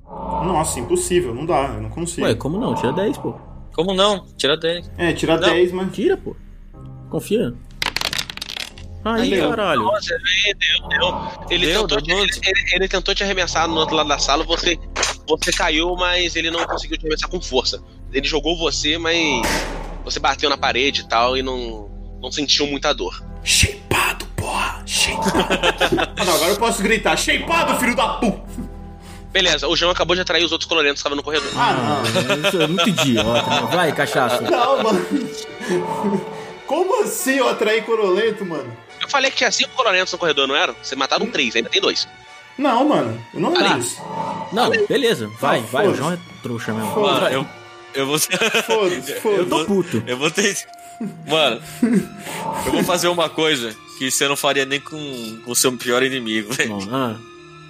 Nossa, impossível, não dá, eu não consigo.
Ué, como não? Tira 10, pô.
Como não? Tira dele.
É, tira
Não.
10, mas.
Tira, pô. Confia. Aí,
Aí, ó.
caralho.
Nossa, ele É, deu, deu. Ele,
Deu,
tentou
deu
te,
12.
ele, ele tentou te arremessar no outro lado da sala, você, você caiu, mas ele não conseguiu te arremessar com força. Ele jogou você, mas você bateu na parede e tal e não, não sentiu muita dor.
Shapeado, porra! Shapeado! Ah, não, agora eu posso gritar: Shapeado, filho da puta!
Beleza, o João acabou de atrair os outros colorentos que estavam no corredor.
Ah, não.
Isso é muito idiota. mano. Vai, cachaça.
Não, mano. Como assim eu atraí corolento, mano?
Eu falei que tinha cinco coronetos no corredor, não era? Você mataram três, ainda tem dois.
Não, mano. Eu não
Tá.
li isso.
Não, beleza. Vai,
Não,
vai. O
foda-se.
João é trouxa mesmo.
Foda-se.
Mano, eu, eu vou.
Foda-se,
Eu
foda-se.
tô puto.
Eu vou ter. Mano, eu vou fazer uma coisa que você não faria nem com com o seu pior inimigo, velho.
Bom, ah.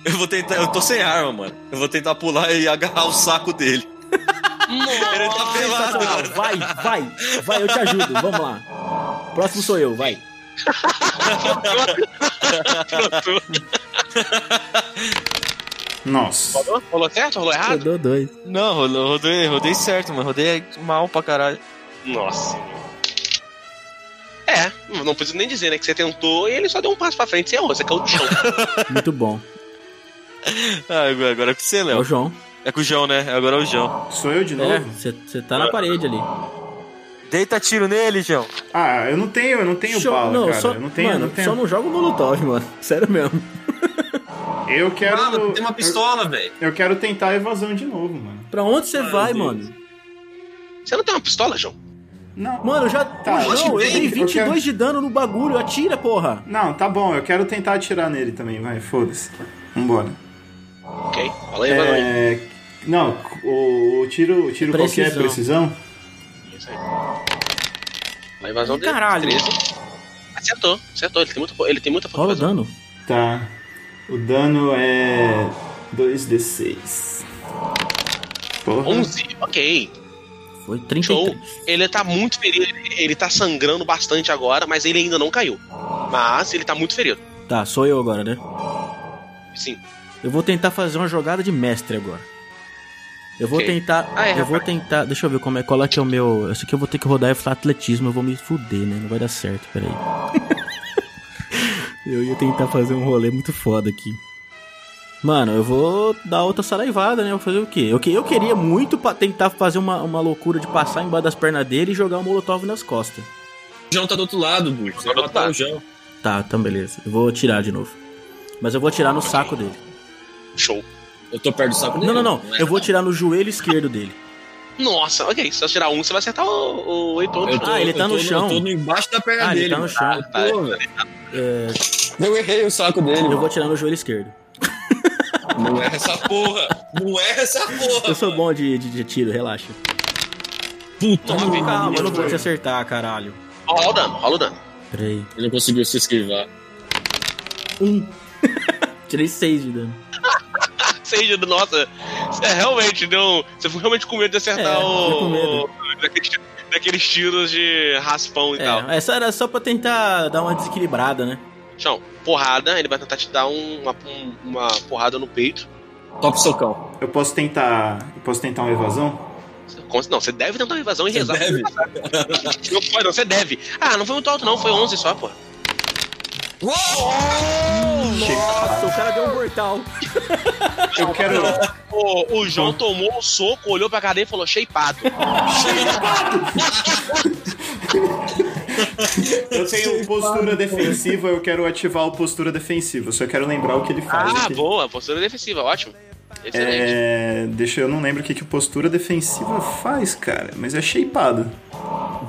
Eu vou tentar. Eu tô sem arma, mano. Eu vou tentar pular e agarrar o saco dele. Ele tá pelado,
Sensacional.
mano.
Vai, vai, vai, eu te ajudo. Vamos lá. Próximo sou eu, vai.
Nossa.
Rolou? Rolou certo? Rolou
Eu
errado?
dou dois.
Não, rodei, rodei certo, mano. Rodei mal pra caralho.
Nossa. É, não preciso nem dizer, né? Que você tentou e ele só deu um passo pra frente, você errou, você caiu no chão.
Muito bom.
Ah, agora agora é com você,
É o
Léo.
João.
É com o João, né? Agora é o João.
Sou eu de novo?
É, você tá na parede ali.
Deita tiro nele, João.
Ah, eu não tenho, eu não tenho
Show-
bala,
não,
cara.
só,
eu não tenho,
mano,
eu não tenho.
só não joga o Molotov, mano. Sério mesmo.
Eu quero.
Mano, tem uma pistola, velho.
Eu, eu quero tentar a evasão de novo, mano.
Pra onde você vai,
Deus.
mano?
Você não tem uma pistola, João?
Não.
Mano, eu já.
Tá,
o João,
eu
eu dei
quero-
22 de dano no bagulho. Atira, porra.
Não, tá bom, eu quero tentar atirar nele também, vai, foda-se. Vambora.
Ok, fala aí, vai lá.
É. Não, o, o tiro, o tiro
Precisão.
qualquer precisão.
Isso aí. A invasão dele.
Caralho.
13. Acertou, acertou. Ele tem muita, ele tem muita
Rola é o
fortaleza.
dano.
Tá. O dano é 2d6. Porra.
11, ok.
Foi
Show.
33.
Ele tá muito ferido, ele- ele tá sangrando bastante agora, mas ele ainda não caiu. Mas ele tá muito ferido.
Tá, sou eu agora, né?
Sim.
Eu vou tentar fazer uma jogada de mestre agora. Eu vou
Ok.
tentar.
Ah, é,
eu vou
rapaz.
tentar. Deixa eu ver como é. Qual é que é o meu. Isso aqui eu vou ter que rodar é atletismo, eu vou me fuder, né? Não vai dar certo, peraí. eu ia tentar fazer um rolê muito foda aqui. Mano, eu vou dar outra saraivada, né? Eu Vou fazer o quê? Eu, que- eu queria muito pa- tentar fazer uma, uma loucura de passar embaixo das pernas dele e jogar o Molotov nas costas.
O João tá do outro lado, Bush. Você
Tá do
vai
outro
matar
lado.
o João.
Tá, então beleza. Eu vou tirar de novo. Mas eu vou tirar no saco dele.
Show.
Eu tô perto do saco dele.
Não, não, não.
é?
Eu vou tirar no joelho esquerdo dele.
Nossa, ok. Se você tirar um, você vai acertar o, o Heitor.
Eu
no
tô-
chão.
Ah, ele
eu
tá no
tô
chão.
Eu tô no embaixo da perna
Ah, ele
dele.
tá no
mano.
chão.
Ah, pô, velho. Eu errei o saco dele.
Eu
mano.
vou tirar no joelho esquerdo.
Não erra essa porra. Não erra essa porra.
Eu sou bom de, de, de tiro, relaxa.
Puta,
Calma,
velho.
eu não vou te acertar, caralho.
Rola o dano, rola o dano.
Peraí.
Ele não conseguiu se esquivar.
Um. Tirei seis de dano.
Seja, nossa, você realmente deu. um- Você ficou realmente com medo de
É,
acertar
fiquei
o.
com medo.
o- Daqueles, daqueles tiros de raspão e tal.
É, essa era só pra tentar dar uma desequilibrada, né?
Chão, porrada, ele vai tentar te dar um- uma, um- uma porrada no peito.
Top socão.
Eu posso tentar. Eu posso tentar uma evasão?
Como se- Não, você deve tentar uma evasão e rezar.
deve.
Não pode, não, você deve. Ah, não foi muito alto, não, foi 11 só, pô.
Nossa, o cara deu um mortal.
Eu quero.
O, o João tomou o soco, olhou pra cadeia e falou: shapeado.
Eu tenho postura defensiva, eu quero ativar o postura defensiva. Eu só quero lembrar o que ele faz.
Ah,
aqui.
boa, postura defensiva, ótimo. Excelente.
É, deixa eu não lembro o que, que postura defensiva faz, cara, mas é shapeado.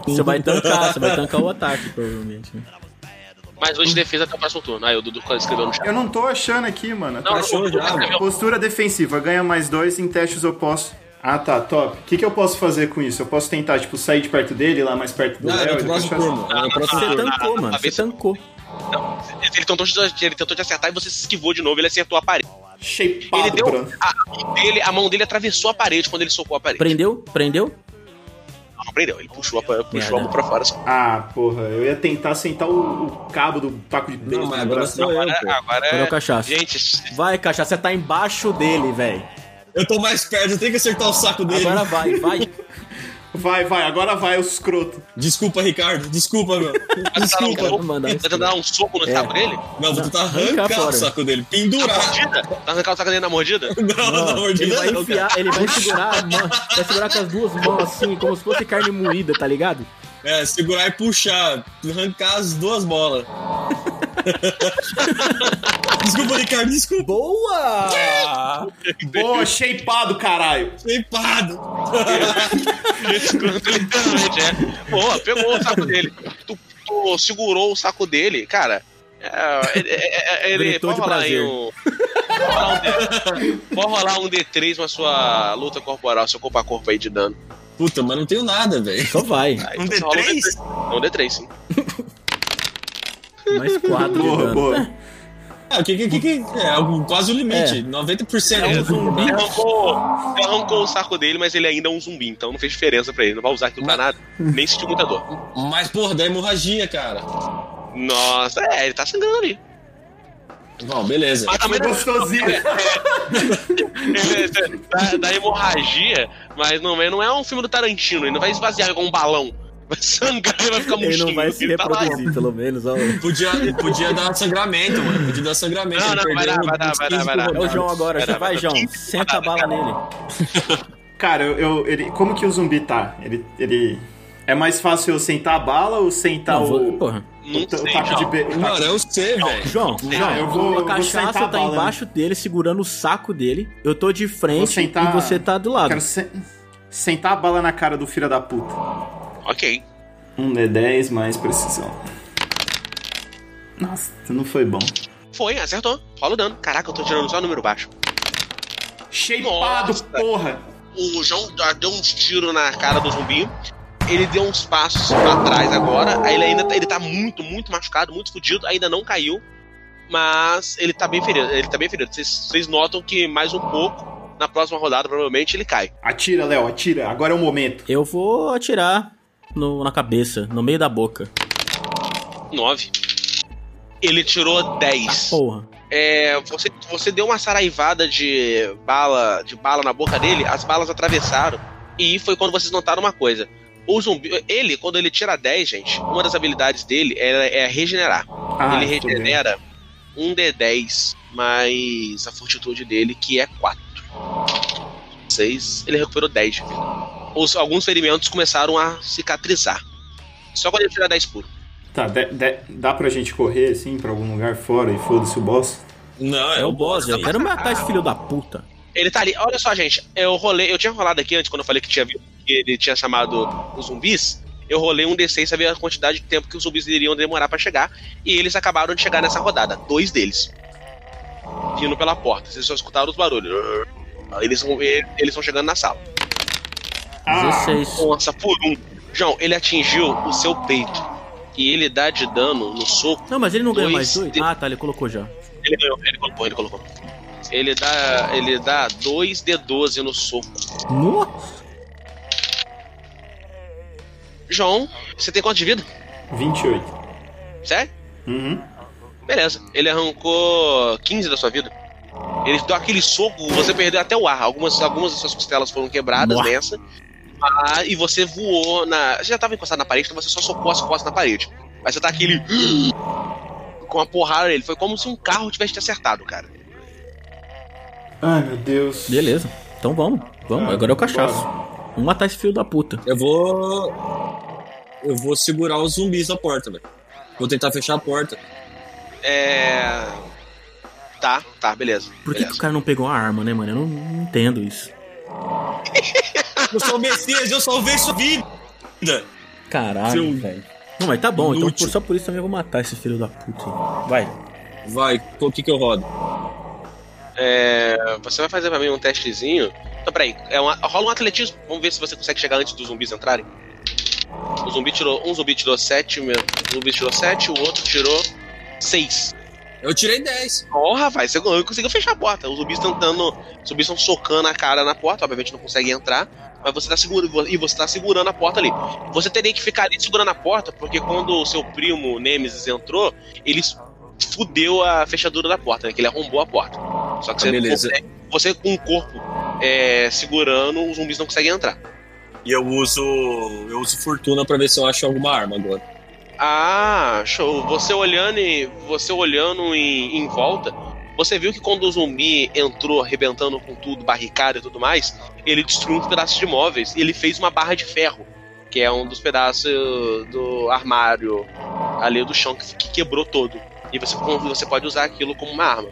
Você vai tancar, você vai tancar o ataque, provavelmente. né?
Mais dois de defesa até o próximo turno. Aí o Dudu escreveu no chat.
Eu não tô achando aqui, mano. é
Não,
Achou
o Dudu
já,
escreveu.
Postura defensiva, ganha mais dois em testes opostos. Ah tá, top. O que, que eu posso fazer com isso? Eu posso tentar, tipo, sair de perto dele, lá mais perto do
Não,
Léo
é
e
no
depois
próximo
fazer-
turno. É no
Ah,
próximo
Ah, Você tá
turno.
tancou, mano. Você
Cabeça.
tancou.
Ele tentou, te, ele tentou te acertar e você se esquivou de novo, ele acertou a parede.
Shapeado,
ele deu.
Bruno.
A, a mão dele, a mão dele atravessou a parede quando ele socou a parede.
Prendeu? Prendeu?
Não, não prendeu, ele puxou a, pa- puxou a mão
Merda.
pra fora. só.
Ah, porra, eu ia tentar sentar o, o cabo do taco de
Não,
beisebol
mas
no
agora
braço.
sou eu,
Agora,
pô.
agora
Prendeu o
é.
cachaço.
Gente,
Vai, caixa, você tá embaixo dele, velho.
Eu tô mais perto, eu tenho que acertar o saco dele.
Agora vai, vai.
Vai, vai, agora vai, o escroto.
Desculpa, Ricardo. Desculpa, meu.
vai
Desculpa.
Vou mandar um
tentar dar um soco no
É.
saco dele?
Não, vou tentar
Arrancar
arrancar o
fora.
saco dele. Pendurar.
Mordida? Tá arrancando o saco dele na mordida?
Não, não,
Mano, ele
mordida
vai
não, cara.
enfiar, ele vai segurar a mão, vai segurar com as duas mãos assim, como se fosse carne moída, tá ligado?
É, segurar e puxar. Arrancar as duas bolas. desculpa, Ricardo. Desculpa.
Boa!
Boa, shapeado, caralho.
Flipado.
Escroto, literalmente, é. Boa, pegou o saco dele. Tu, tu segurou o saco dele, cara. É, ele, é, ele-
Gritou
pode
de
rolar aí
prazer.
um. Pode rolar um, D, pode rolar um D3 na sua luta corporal, seu corpo a corpo aí de dano.
Puta, mas não tenho nada, velho.
Então vai.
Aí,
Um
então você rola
D3?
É um D3, sim.
Mais quatro de
Boa,
dano.
boa.
Ah, que, que, que, que- é algo quase o limite.
É.
90%.
É um zumbi.
Você arrancou, você arrancou o saco dele, mas ele ainda é um zumbi, então não fez diferença pra ele. Não vai usar aquilo pra nada, nem sentiu muita dor.
Mas, porra, da hemorragia, cara.
Nossa, é, ele tá sangrando ali.
Bom, beleza.
Mas também não-
Gostosinho.
Ele- da, da hemorragia, mas não, é- não é um filme do Tarantino, ele não vai esvaziar com um balão. Vai sangrar e vai ficar murchinho.
Ele não vai se
ele tá lá.
reproduzir, pelo menos. ó.
Podia, podia dar sangramento, mano. Podia dar sangramento.
Não,
Ele
não, vai
perdeu
dar, vai dar,
uns
vai dar,
15
vai dar.
É o
rodadas.
João agora, já
Pera,
vai,
pera.
João. Senta a bala nele.
Cara, eu, eu- ele, como que o zumbi tá? Ele, ele é mais fácil eu sentar a bala ou sentar
Não,
o,
vou- porra.
Não
o ta- o
sei,
taco de
não.
be- o taco-
Mano, eu sei, velho.
João,
Ah, eu
João,
vou,
a
vou
cachaça
sentar a
tá
bala.
embaixo dele, segurando o saco dele. Eu tô de
Vou
frente
sentar-
e você tá do
Eu
lado.
Quero sen- sentar a bala na cara do filho da puta.
Ok.
Um D10 mais precisão. Nossa, não foi bom.
Foi, acertou. Rola o dano. Caraca, eu tô tirando só número baixo.
Shapeado,
Nossa.
porra!
O João dá- deu uns tiros na cara do zumbi. Ele deu uns passos pra trás agora. Aí ele ainda tá, ele tá muito, muito machucado, muito fudido. Ainda não caiu. Mas ele tá bem ferido. Ele tá bem ferido. Vocês vocês notam que mais um pouco. Na próxima rodada, provavelmente, ele cai.
Atira, Léo, atira. Agora é o momento.
Eu vou atirar no- na cabeça, no meio da boca.
9. Ele tirou 10.
Ah, Porra.
É, você, você deu uma saraivada de bala, de bala na boca dele, as balas atravessaram. E foi quando vocês notaram uma coisa. O zumbi, ele, quando ele tira 10, gente, uma das habilidades dele é, é regenerar.
Ah,
ele
fudeu.
regenera um D10, mas a fortitude dele, que é 4. 6, ele recuperou 10 de vida. Os- alguns ferimentos começaram a cicatrizar. Só quando ele tira 10 puro.
Tá, de- de- dá pra gente correr assim pra algum lugar fora e foda-se o boss?
Não,
É o boss, eu quero matar esse filho da puta.
Ele tá ali. Olha só, gente. Eu rolei. Eu tinha rolado aqui antes, quando eu falei que, tinha, vi- que ele tinha chamado os zumbis. Eu rolei um D6 pra ver a quantidade de tempo que os zumbis iriam demorar pra chegar. E eles acabaram de chegar nessa rodada. Dois deles. Vindo pela porta. Vocês só escutaram os barulhos. Eles vão ver- Eles vão chegando na sala.
Ah. 16.
Nossa, por um. João, ele atingiu o seu peito. E ele dá de dano no soco.
Não, mas ele não ganha
Dois
mais dois?
de-
Ah, tá, ele colocou já.
Ele ganhou, ele colocou, ele colocou. Ele dá, ele dá 2d12 no soco.
Nossa!
João, você tem quanto de vida?
28.
Sério?
Uhum.
Beleza. Ele arrancou 15 da sua vida. Ele deu aquele soco, você perdeu até o ar. Algumas, algumas das suas costelas foram quebradas
Nossa.
nessa. Ah, e você voou na. Você já tava encostado na parede, então você só socou as costas na parede. Mas você tá aquele. Com a porrada nele. Foi como se um carro tivesse te acertado, cara.
Ai, meu Deus.
Beleza, então vamos. Vamos,
Ah,
agora é o cachaço. Vamos matar esse filho da puta.
Eu vou. Eu vou segurar os zumbis na porta, velho. Vou tentar fechar a porta.
É. Tá, tá, beleza.
Por
É.
que, que
beleza.
o cara não pegou a arma, né, mano? Eu não, não entendo isso.
Eu sou o Messias, eu salvei sua vida!
Caralho,
Seu-
velho. Não, mas tá bom, então
Inútil.
por- só por isso também eu vou matar esse filho da puta. aí. Vai.
Vai, o que que eu rodo?
É, Você vai fazer pra mim um testezinho. Então, peraí, é uma- rola um atletismo. Vamos ver se você consegue chegar antes dos zumbis entrarem. O zumbi tirou. Um zumbi tirou 7, um zumbi tirou 7, o outro tirou 6.
Eu tirei 10.
Porra, vai, você conseguiu fechar a porta. Os zumbis tentando. Os zumbis estão socando a cara na porta, obviamente não consegue entrar. Mas você tá segurando. E você tá segurando a porta ali. Você teria que ficar ali segurando a porta, porque quando o seu primo Nemesis entrou, ele fudeu a fechadura da porta, né? Que ele arrombou a porta. Só que você
Beleza.
consegue- você com o corpo é, segurando, os zumbis não conseguem entrar.
E eu uso. Eu uso fortuna pra ver se eu acho alguma arma agora.
Ah, show. Você olhando e você olhando em, em volta, você viu que quando o zumbi entrou arrebentando com tudo, barricada e tudo mais, ele destruiu uns pedaços de móveis e ele fez uma barra de ferro, que é um dos pedaços do armário ali do chão que, que quebrou todo. E você, você pode usar aquilo como uma arma.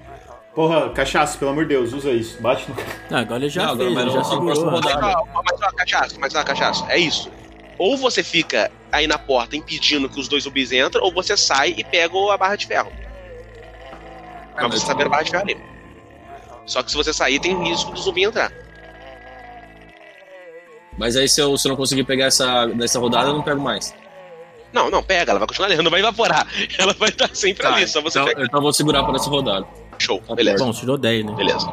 Porra, cachaço, pelo amor de Deus, usa isso. Bate no
Ah, agora ele já
Não, agora,
fez,
mas
ele
eu
já
vou- eu posso
segurou. ah. a
rodar.
arma.
Mas, ó, mas ó, cachaça, mas ó, cachaça, é isso. Ou você fica aí na porta impedindo que os dois zumbis entrem, ou você sai e pega a barra de ferro. Mas você saber barra de areia. Só que se você sair, tem risco do zumbi entrar.
Mas aí se eu, se eu não conseguir pegar essa nessa rodada, eu não pego mais.
Não, não, pega, ela vai continuar ali, ela não vai evaporar. Ela vai estar sempre ali, só você
então,
pega.
então eu vou segurar para essa rodada.
Show,
tá
beleza.
Bom, tirou 10, né?
Beleza.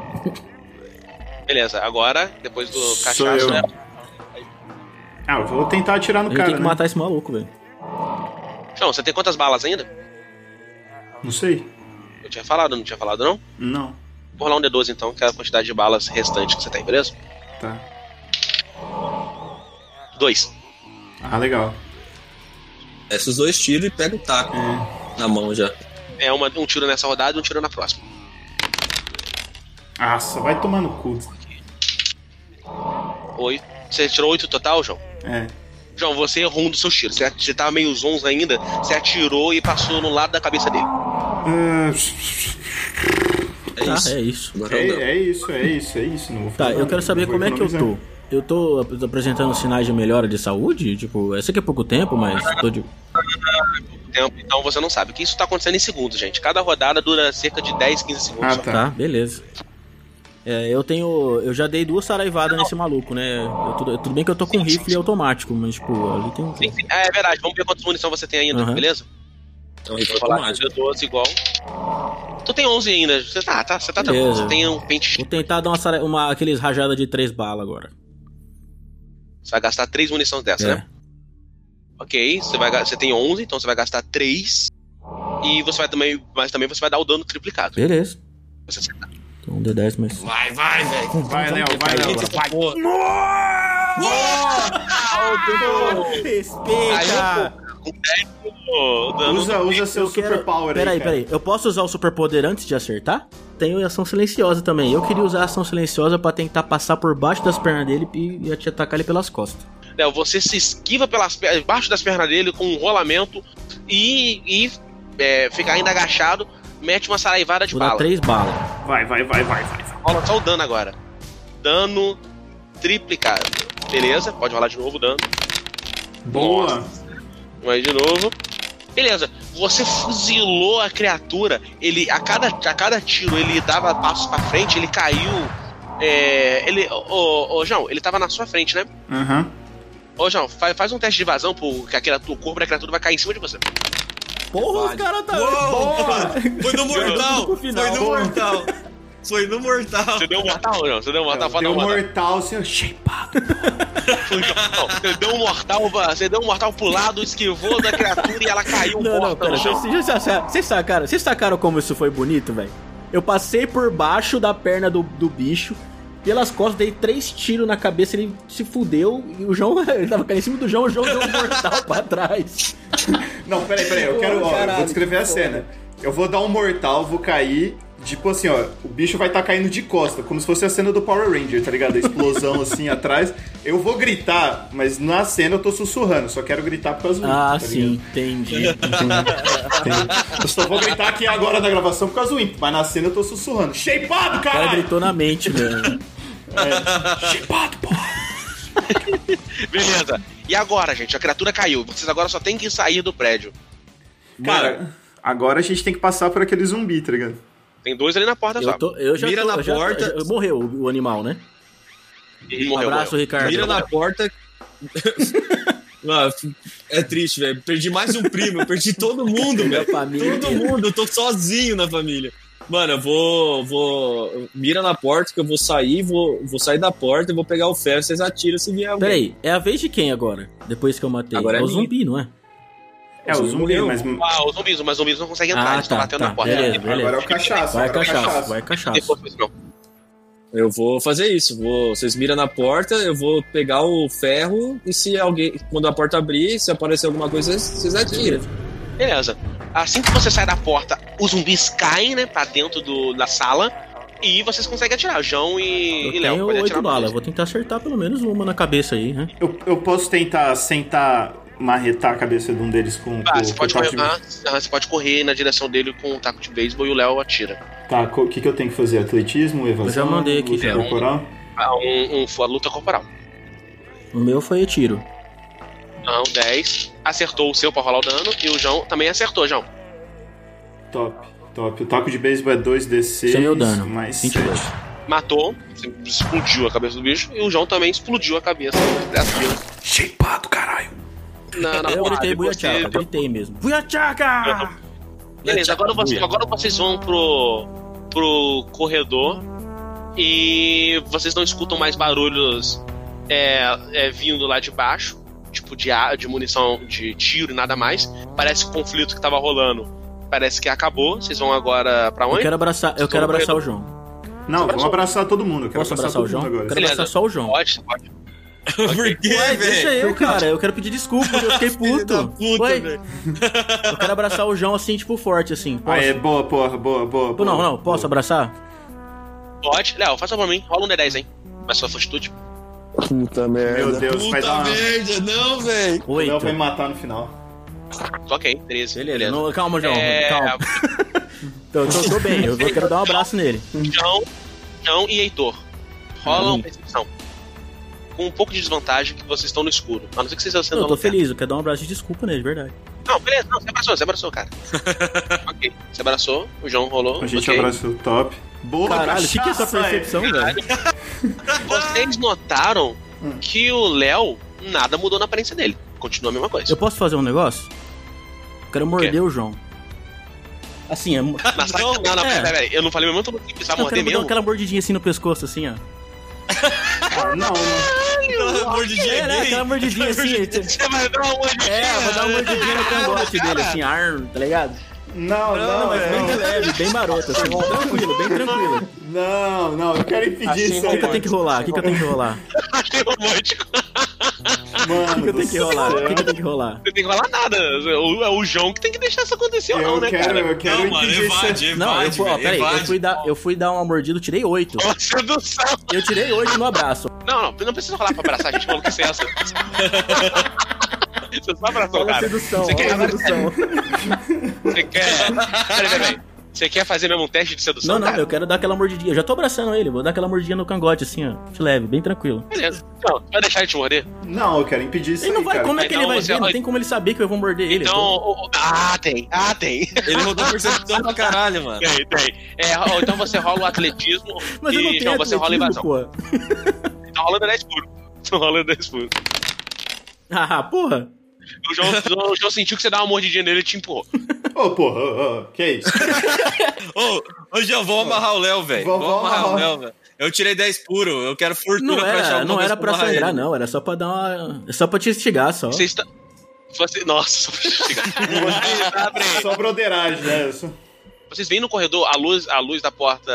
Beleza, agora, depois do
Sou
cachaço,
eu.
né?
Ah, eu vou tentar atirar no
Ele
cara,
tem que
né?
matar esse maluco, velho.
Não, você tem quantas balas ainda?
Não sei.
Eu tinha falado, não tinha falado, não?
Não.
Vou rolar um D12 então, que é a quantidade de balas restante que você tem, beleza?
Tá.
Dois.
Ah, legal.
Desce os dois tiros e pega o taco
É.
na mão já.
É uma, um tiro nessa rodada e um tiro na próxima.
Nossa, vai tomar no cu.
Oito. Você tirou oito total, João?
É.
João, você errou um dos seus tiros. Você, at- você tava meio zonzo ainda, você atirou e passou no lado da cabeça dele.
Ah,
É
Tá,
isso.
é isso.
Agora eu
é,
não.
é isso, é isso, é isso. Não vou
Tá,
fazer
eu
nada,
quero saber
vou
como é que eu
economizar.
tô. Eu tô ap- apresentando sinais de melhora de saúde? Tipo, eu sei que é pouco tempo, mas tô de.
Tempo, então você não sabe. Que isso tá acontecendo em segundos, gente. Cada rodada dura cerca de 10, 15 segundos.
Ah,
só.
tá.
Tá, beleza. É, eu tenho. Eu já dei duas saraivadas nesse maluco, né? Eu- tudo, tudo bem que eu tô com rifle automático, mas, tipo, ele tem.
Sim, sim. Ah, é verdade. Vamos ver quantas munição você tem ainda,
Aham.
beleza?
É um rifle
Vou falar
automático.
de 12 igual. Tu tem 11 ainda. Você tá, tá, você tá tranquilo.
Beleza.
Você tem um pente.
Vou tentar dar uma, sara- uma aqueles rajada de três balas agora.
Você vai gastar 3 munições dessa, né?
É.
Ok, você, vai, ga- você tem 11, então você vai gastar 3. E você vai também. Mas também você vai dar o dano triplicado.
É, Beleza.
Você acertar.
Então um D10, mas.
Vai, vai, velho.
Vai, Léo, vai, Léo.
Eita, porra.
Respeita!
Com 10 o dano.
Usa, usa seu
Eu quero-
superpower
Peraí,
aí. cara.
peraí. Eu posso usar o superpoder antes de acertar? Tenho ação silenciosa também. Eu queria usar a ação silenciosa pra tentar passar por baixo das pernas dele e e te atacar ele pelas costas.
Léo, um você se esquiva pelas pernas, debaixo das pernas dele com um rolamento e, e é, fica ainda agachado, mete uma saraivada de
Vou dar
bala.
três balas.
Vai, vai, vai, vai, vai. vai.
Rola só o dano agora. Dano triplicado. Beleza, pode rolar de novo o dano.
Boa.
Mas de novo. Beleza, você fuzilou a criatura. Ele a cada, a cada tiro ele dava passos pra frente, ele caiu. É, ele, ô, ô, ô, João, ele tava na sua frente, né?
Aham.
Ô, João, fa- faz, um teste de vazão, porque aquela, o corpo da criatura vai cair em cima de você.
Porra,
os
caras tá.
Foi no
Foi
mortal!
no final.
Foi no mortal! Foi no mortal!
Você deu um mortal, João? Você deu um mortal?
Então,
Fala
Tem
um
um
mortal.
mortal, senhor. Shapeado.
Não, Você deu um mortal, você deu um mortal pro lado, esquivou da criatura e ela caiu
Não, não,
morta
pera.
no chão.
Vocês já sacaram- vocês sacaram, vocês sacaram como isso foi bonito, velho? Eu passei por baixo da perna do, do bicho, pelas costas, dei três tiros na cabeça, ele se fudeu e o João, ele tava caindo em cima do João, o João deu um mortal pra trás.
Não, peraí, peraí. Eu
Pô,
quero, ó, eu vou
caralho,
descrever a
que
cena. Eu vou dar um mortal, vou cair. Tipo assim, ó, o bicho vai estar caindo de costa, como se fosse a cena do Power Ranger, tá ligado? A explosão assim atrás. Eu vou gritar, mas na cena eu tô sussurrando, só quero gritar por causa do
Ah,
tá
sim, entendi.
ligado? Eu só vou gritar aqui agora na gravação por causa do ímpeto, mas na cena eu tô sussurrando. Shapeado,
O cara
caralho!
gritou na mente, velho.
Shapeado, porra!
Beleza. E agora, gente? A criatura caiu. Vocês agora só tem que sair do prédio.
Cara, agora a gente tem que passar por aquele zumbi, tá ligado?
Tem dois ali na porta só.
Eu, tô, eu já
Mira
tô,
na
eu já-
porta.
já- morreu o o animal, né?
Ele morreu,
Abraço,
morreu.
Ricardo.
é, Mira na porta. Mano, é triste, velho. Perdi mais um primo, eu perdi todo mundo,
Minha
velho.
família.
Todo mundo, eu tô sozinho na família. Mano, eu vou, vou. Mira na porta que eu vou sair, vou, vou sair da porta e vou pegar o ferro, vocês atiram se vier alguém.
Peraí, é a vez de quem agora? Depois que eu matei.
Agora é
é o
minha.
zumbi, não é?
É, o zumbi,
Morreu.
mas
Ah, os zumbis, mas os zumbis não conseguem entrar.
Ah,
eles estão
tá,
batendo
tá,
na porta.
beleza.
agora é o cachaço.
Vai
agora é o
cachaço, vai cachaço.
Depois, não.
Eu vou fazer isso. Vou, vocês miram na porta, eu vou pegar o ferro e se alguém. Quando a porta abrir, se aparecer alguma coisa, vocês- vocês atiram.
Beleza. Assim que você sai da porta, os zumbis caem, né, pra dentro do, da sala. E vocês conseguem atirar. João e,
Eu
e Léo.
tenho
podem
oito
atirar nos
balas.
dois.
Vou tentar acertar pelo menos uma na cabeça aí, né?
Eu, eu posso tentar sentar, marretar a cabeça de um deles com,
Ah,
com,
você
com
pode,
o taco de-
correr, ah, ah, você pode correr na direção dele com o taco de beisebol e o Léo atira.
Tá, co- o que, que eu tenho que fazer? Atletismo, evasão?
já mandei aqui,
luta
já.
corporal?
Ah, Um, um, a luta corporal.
O meu foi tiro.
Não, 10. Acertou o seu pra rolar o dano. E o João também acertou, João.
Top. Top. O taco de beisebol é 2d6.
Chamei o dano.
Mais
22.
sete.
Matou, explodiu a cabeça do bicho, e o João também explodiu a cabeça das crianças
Shapeado, caralho.
na, na
Eu
porrada.
gritei
E você-
buiachaca, gritei mesmo. Buiachaca!
Beleza, agora, você- agora vocês vão pro, pro corredor e vocês não escutam mais barulhos é, é, vindo lá de baixo, tipo de, a- de munição de tiro e nada mais. Parece que o conflito que tava rolando parece que acabou. Vocês vão agora pra
Eu
onde?
quero abraçar, eu
Estou
quero
no
abraçar o João.
Não, vamos abraçar todo mundo. Eu quero
Posso
abraçar,
abraçar o
todo
João?
mundo
Quero
agora.
Beleza.
abraçar só o João.
Pode, pode.
Por quê,
Ué, deixa
velho?
eu, cara. Eu quero pedir desculpa, eu fiquei
Filho
puto.
da puta,
Ué,
velho.
eu quero abraçar o João assim, tipo, forte, assim. Posso?
Ah, é boa, porra, boa, boa.
Pô,
boa.
Não, não, posso abraçar?
Pode. Léo, faça pra mim. Rola um D10, hein? Mas sua fortitude.
Puta merda.
Meu Deus, vai
Puta
dar uma...
merda, não, velho.
O Léo
Oito.
vai me matar no final.
tá Ok, 13.
Beleza. Não, calma, João.
É,
Calma. Tô, tô, tô bem, eu vou- quero dar um abraço nele.
João, João e Heitor. Rola uma percepção. Com um pouco de desvantagem que vocês estão no escuro. A não ser que vocês estão sendo
Eu tô
alugados.
feliz, eu quero dar um abraço de desculpa nele, verdade.
Não, beleza, não, você abraçou, você abraçou, cara. ok, você abraçou, o João rolou.
A gente
ok.
abraçou top. Boa,
Caralho, o que, que é essa
cachaça, hein?
percepção, velho?
Vocês notaram
Hum.
que o Léo, nada mudou na aparência dele. Continua a mesma coisa.
Eu posso fazer um negócio? Eu quero morder o João. Assim, é. mo-
Na saca- não, não, peraí,
é.
peraí, eu não falei mesmo, eu tô precisava
Eu
morder
quero dar
mesmo.
aquela mordidinha assim no pescoço, assim, ó.
Ah, não, não.
Pelo amor de
É, né?
Deus.
Aquela mordidinha assim.
Você vai dar um uma mordida.
É, eu vou dar uma mordidinha no cangote dele, assim, ar, tá ligado?
Não, não, é um-
Não, mas bem
não.
leve, bem maroto, assim, tranquilo, bem tranquilo.
Não, não, eu quero impedir
Assim
isso
O que,
aí.
que eu tenho que rolar? O que, que eu tenho que rolar? O
Achei romântico.
Mano,
que, que eu tenho
do
que rolar? O
céu.
que, que eu tenho que rolar?
Não tem que falar nada. O- É o João que tem que deixar isso acontecer ou não,
Eu
né,
quero,
cara?
eu quero
Não, mano,
impedir isso
evade,
aí.
evade,
Não, eu fui, ó,
velho,
peraí, eu
evade.
fui, dar, eu fui dar uma mordida, eu tirei oito.
Nossa do céu.
Eu tirei oito no abraço.
Não, não, não precisa rolar pra abraçar, gente. Maluco, sem essa. Você é só abraçou,
Olha a
cara.
sedução,
Você quer-
olha a sedução.
Você quer. Peraí, peraí. Você quer fazer mesmo um teste de sedução?
Não, não,
cara?
eu quero dar aquela mordidinha. Eu já tô abraçando ele, vou dar aquela mordidinha no cangote, assim, ó. De leve, bem tranquilo.
Beleza. Não, vai deixar ele te morder?
Não, eu quero impedir isso
Ele não
aí,
vai,
cara.
como é que ele
Então
vai
você
ver? Não
vai-
tem como ele saber que eu vou morder ele.
então. o- o- Ah, tem. Ah, tem.
Ele rodou percepção pra caralho, mano.
Tem, tem. É, ou então você rola o atletismo.
Mas
e
eu não
João,
tenho
então você rola a invasão.
atletismo, pô.
Tá rolando 10 puros. Tá rolando 10 puros.
Ah, porra.
O João, o João- o João sentiu que você dá uma mordidinha nele e te empurrou.
Ô, porra, ô, ô, que é isso?
Ô, ô, Jean, vamos amarrar o Léo, velho.
Vamos,
Vamos
vamos
amarrar o
amarrar.
Léo, velho. Eu tirei 10 puro, eu quero fortuna
Não
pra achar
era,
alguma
não
coisa
era pra
amarrar
sangrar,
ele.
não. Era só pra dar uma... É só pra te instigar, só.
Você está. Você... Nossa, chega.
Só broderagem, né? Só-
Vocês veem no corredor a luz, a luz da porta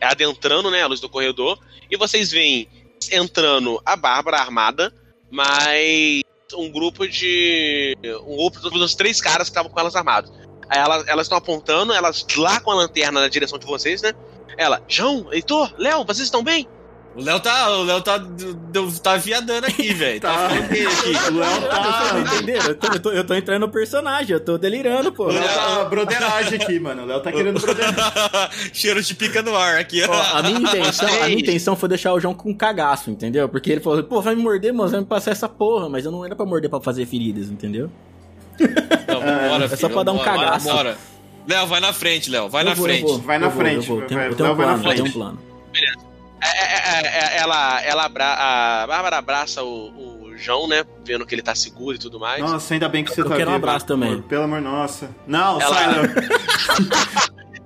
adentrando, né? A luz do corredor. E vocês veem entrando a Bárbara armada, mas um grupo de. Um grupo dos três caras que estavam com elas armados. Aí ela- elas estão apontando, elas lá com a lanterna na direção de vocês, né? Ela, João, Heitor, Léo, vocês estão bem?
O Léo tá, o Léo tá, deu- tá viadando aqui, velho.
Tá.
Tá ficando gay aqui.
O Léo
Vocês
Ah.
não
tá...
entenderam? Eu tô, eu, tô, eu tô entrando no personagem, eu tô delirando, pô.
O Léo tá broderagem aqui, mano. O Léo tá querendo broderagem.
Tá. Cheiro de pica no ar aqui,
Ó,
ó.
a minha intenção, a minha intenção foi deixar o João com um cagaço, entendeu? Porque ele falou, pô, vai me morder, mano, vai me passar essa porra, mas eu não era pra morder pra fazer feridas, entendeu?
Não, vambora,
é só
filho,
pra dar um
vambora,
cagaço.
vambora. Léo, vai na frente, Léo. Vai
Eu
na
vou, eu
frente.
vou,
Vai na
eu vou, eu
frente,
vou. Tem-
vai,
Eu tenho um
vai na
plano, eu tenho um
frente.
plano.
É, é, é, é, ela, ela abra, a Bárbara abraça o, o João, né? Vendo que ele tá seguro e tudo mais.
Nossa, ainda bem que você
Eu
tá
quero um
vivo.
abraço também.
Pelo amor, nossa. Não,
Ela-
sai, Léo.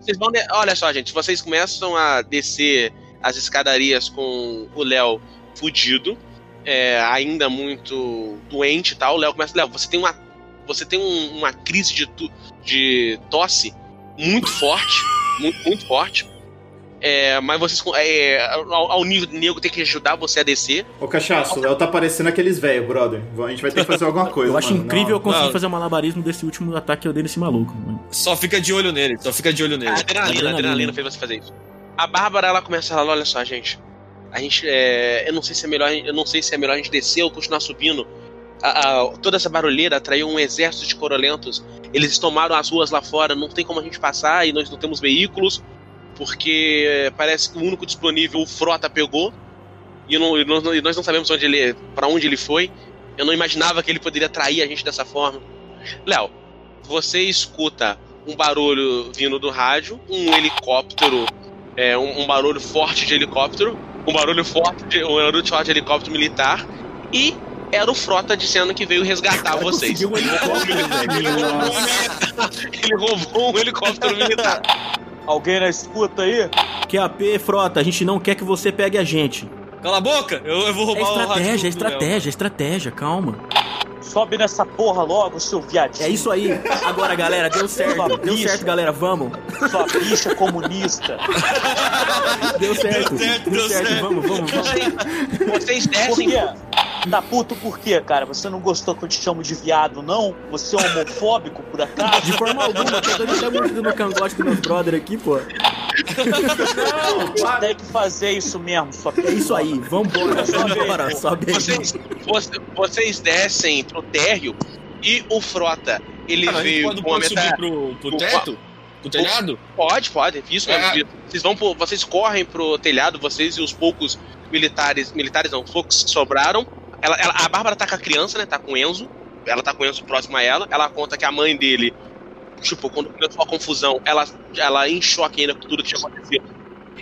Vocês vão. de- Olha só, gente, vocês começam a descer as escadarias com o Léo fudido, é, ainda muito doente e tal. O Léo começa. Léo, você tem uma. Você tem um- uma crise de, tu- de tosse muito forte. muito, muito forte. É, mas vocês. com- é, ao, ao nível do nego tem que ajudar você a descer.
Ô, Cachaço, o Léo tá parecendo aqueles velhos, brother. A gente vai ter que fazer alguma coisa,
Eu acho
mano.
incrível eu
Não.
conseguir
Não.
fazer um malabarismo desse último ataque que eu dei nesse maluco. mano.
Só fica de olho nele, só fica de olho
A
nele.
adrenalina, a adrenalina
Adrenalina.
fez você fazer isso. A Bárbara, ela começa a falar, olha só, gente. A gente. é, eu não sei se é melhor. Eu não sei se é melhor a gente descer ou continuar subindo. A- a- toda essa barulheira atraiu um exército de corolentos. Eles tomaram as ruas lá fora, não tem como a gente passar e nós não temos veículos. Porque é, parece que o único disponível, o Frota, pegou. E, não- e nós, não- e nós não sabemos onde ele. para onde ele foi. Eu não imaginava que ele poderia trair a gente dessa forma. Léo, você escuta um barulho vindo do rádio, um helicóptero, é, um, um barulho forte de helicóptero, um barulho forte de, um barulho forte de helicóptero militar e era o Frota dizendo que veio resgatar vocês.
Conseguiu um helicóptero,
Ele
velho.
roubou, um militar. Ele roubou um helicóptero militar.
Alguém na escuta aí?
QAP, frota, a gente não quer que você pegue a gente.
Cala a boca! Eu, eu vou
É
roubar o
estratégia, é
rádio do um Léo.
estratégia, é estratégia, calma.
Sobe nessa porra logo, seu viadinho.
É isso aí. Agora, galera, deu certo. Deu certo, galera, vamos.
Sua bicha comunista.
Deu certo.
Deu certo, deu certo.
Vamos, vamos, vamos.
Vocês
É
Por
descem.
quê? Tá puto por quê, cara? Você não gostou que eu te chamo de viado, não? Você é homofóbico, por acaso?
De forma alguma, tô dando até mordido no cangote do meu brother aqui, pô. É
Você tem que fazer isso mesmo, sua
É isso aí, vambora,
Sobe aí,
vambora, sobe aí.
Vocês, vo- vocês descem pro térreo e o Frota, ele
Cara, a gente
veio
pode
com a
pode subir
meta.
pro, pro
o-
teto? Pro telhado?
Pode, pode, isso mesmo.
É.
Vitor. Vocês vão pro, vocês correm pro telhado, vocês e os poucos militares, militares não, os poucos que sobraram. Ela, ela- a Bárbara tá com a criança, né? Tá com o Enzo. Ela tá com o Enzo próximo a ela. Ela conta que a mãe dele, tipo, quando começou a confusão, ela, ela em choque ainda com tudo que tinha acontecido.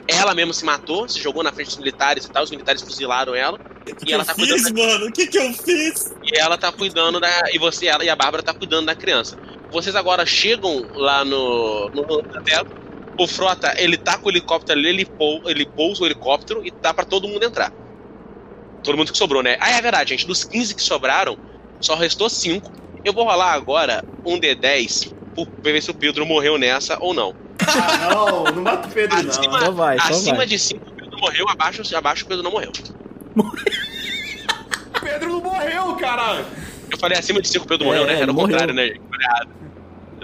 Ela mesma se matou, se jogou na frente dos militares e tal, os militares fuzilaram ela. E ela tá cuidando da
mano? O que que eu fiz?
e ela tá cuidando da. E você ela e a Bárbara tá cuidando da criança. Vocês agora chegam lá no, no castelo. O Frota, ele tá com o helicóptero ali, ele, pou, ele pousa o helicóptero e dá pra todo mundo entrar. Todo mundo que sobrou, né? Ah, é verdade, gente. Dos 15 que sobraram, só restou 5. Eu vou rolar agora um D10 por- pra ver se o Pedro morreu nessa ou não.
Ah, não, não mata o Pedro, não.
Acima-
É, Só vai, só
Acima
vai.
de 5 o Pedro morreu, abaixo, abaixo o Pedro não morreu.
O Pedro não morreu, caralho.
Eu falei acima de 5 Pedro
É,
morreu, né?
ele
Era o
morreu.
contrário, né? gente? Falei errado.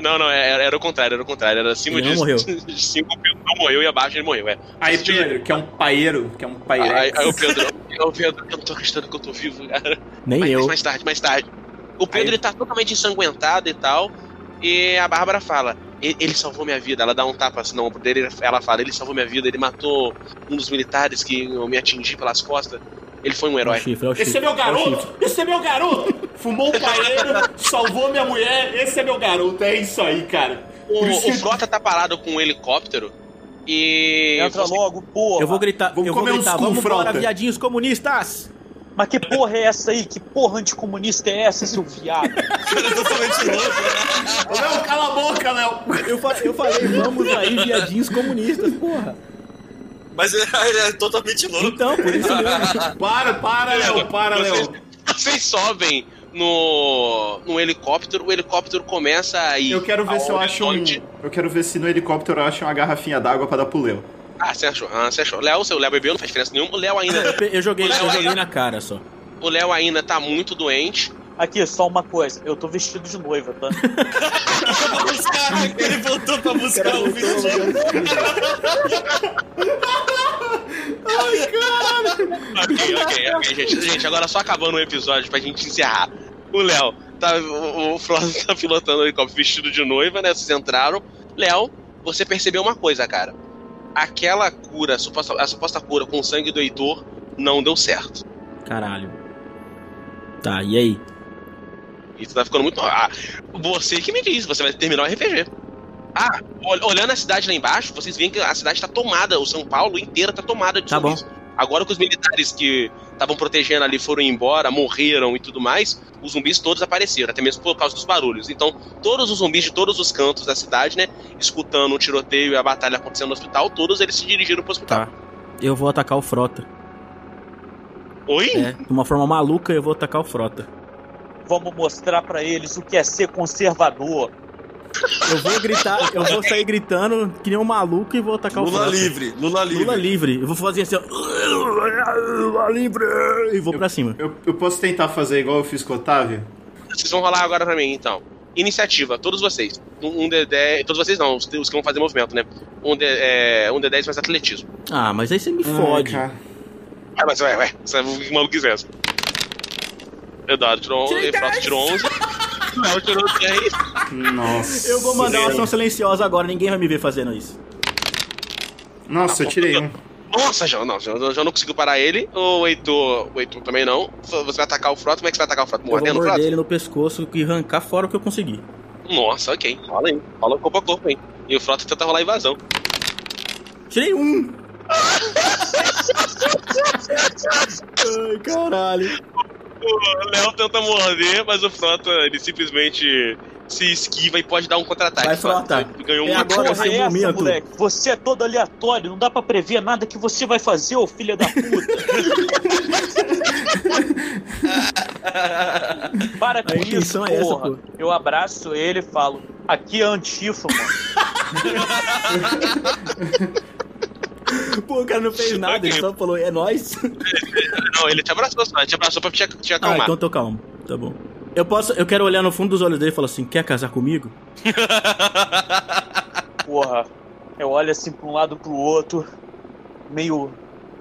Não, não, era, era o contrário, era o contrário. Era acima
Ele não
de
morreu.
5 Pedro não morreu e abaixo ele morreu, é.
Aí, Pedro, que é um paeiro, que é um paeiro.
Aí, aí o Pedro, aí o Pedro, eu não tô acreditando que eu tô vivo, cara.
Nem
Mas, mas
eu. é
mais tarde, mais tarde. O Pedro
Aí-
ele tá totalmente ensanguentado e tal. E a Bárbara fala: "E- Ele salvou minha vida. Ela dá um tapa assim, no ombro dele. Ela fala: Ele salvou minha vida. Ele matou um dos militares que eu me atingi pelas costas. Ele foi um
É o
herói.
chifre, é o
Esse
chifre.
é meu
o chifre.
garoto! Esse é meu garoto! Fumou um paeiro, salvou minha mulher, esse é meu garoto, é isso aí, cara.
O,
Por isso
o
que-
Frota tá parado com um helicóptero. E.
É
Entra logo, porra.
Eu vou gritar,
Vamos
eu vou
comer uns
gritar,
cu,
vamos embora,
frota.
viadinhos comunistas!
Mas que porra é essa aí? Que porra anticomunista é essa, seu viado?
Cara, é totalmente louco.
Ô, Léo, cala a boca, Léo!
Eu, fa- eu falei, vamos aí, viadinhos comunistas, porra.
Mas ele é totalmente louco.
Então, por isso mesmo.
Para, para, Léo, para,
Vocês,
Léo.
vocês sobem no, no helicóptero, o helicóptero começa a ir.
Eu quero ver
ao
se eu acho um.
horizonte.
Eu quero ver se no helicóptero eu acho uma garrafinha d'água pra dar pro Léo.
Ah, você achou? Ah, você achou. Léo, seu Léo bebeu, não faz diferença nenhuma. O Léo ainda,
Eu joguei, eu joguei na cara só.
o Léo ainda tá muito doente.
Aqui, só uma coisa. Eu tô vestido de noiva, tá?
Caraca, ele voltou pra buscar o vídeo.
Ok, ok, ok, gente. Gente, agora só acabando o episódio pra gente encerrar. O Léo, tá, o, o Frodo tá pilotando o helicóptero vestido de noiva, né? Vocês entraram. Léo, você percebeu uma coisa, cara. Aquela cura, a suposta, a suposta cura com o sangue do Heitor, não deu certo.
Caralho. Tá, e aí?
Isso tá ficando muito. Ah, você que me diz, você vai terminar o RPG. Ah, ol- olhando a cidade lá embaixo, vocês veem que a cidade tá tomada, o São Paulo inteira tá tomada de
Tá bom.
zumbis. Agora que os militares que estavam protegendo ali foram embora, morreram e tudo mais, os zumbis todos apareceram, até mesmo por causa dos barulhos. Então, todos os zumbis de todos os cantos da cidade, né, escutando o tiroteio e a batalha acontecendo no hospital, todos eles se dirigiram pro hospital.
Tá. Eu vou atacar o Frota.
Oi?
É, de uma forma maluca, eu vou atacar o Frota.
Vamos mostrar pra eles o que é ser conservador.
Eu vou gritar, eu vou sair gritando que nem um maluco e vou atacar o
Lula
Frota.
livre, Lula livre.
Lula livre. Eu vou fazer assim, ó. Lula livre. E vou pra cima.
Eu, eu posso tentar fazer igual eu fiz com o Otávio?
Vocês vão rolar agora pra mim, então. Iniciativa, todos vocês. Um, um D10. Todos vocês não, os, os que vão fazer movimento, né? Um, D, é, um D10 mais atletismo.
Ah, mas aí você me fode.
Ai, cara.
Ah, mas ué, ué. Sabe o que o maluco quiser. Eduardo tirou,
Tirei
Efrato
10.
tirou 11. Léo tirou 10.
Nossa.
Eu vou mandar uma
Senhora.
ação silenciosa agora, ninguém vai me ver fazendo isso.
Nossa, eu tirei
Tá
um.
Nossa, já não, já, já não conseguiu parar ele. O Heitor, o Heitor também não. Você vai atacar o Frota, como é que você vai atacar o Frota?
eu vou
Mordendo o
morder
Frota?
ele no pescoço e arrancar fora o que eu conseguir.
Nossa, ok. Fala aí. Fala corpo a corpo aí. E o Frota tenta rolar invasão.
Tirei um! Ai, caralho.
O Léo tenta morder, mas o Frota ele simplesmente se esquiva e pode dar um contra-ataque.
Vai, Frota.
Ele Ganhou
É
um
agora.
Porra,
esse
é essa,
momento.
moleque? Você é todo aleatório, não dá pra prever nada que você vai fazer, ô filha da puta. Para com
A
isso,
intenção
porra.
é essa, pô.
Eu abraço ele e falo, aqui é antifa, mano.
Pô, o cara não fez nada, ele só falou, é nóis.
Não, ele te abraçou só. Ele te abraçou pra te, te
Ah,
acalmar.
então tô calmo. Tá bom. Eu posso, eu quero olhar no fundo dos olhos dele e falar assim, quer casar comigo?
Porra. Eu olho assim pra um lado pro outro, meio,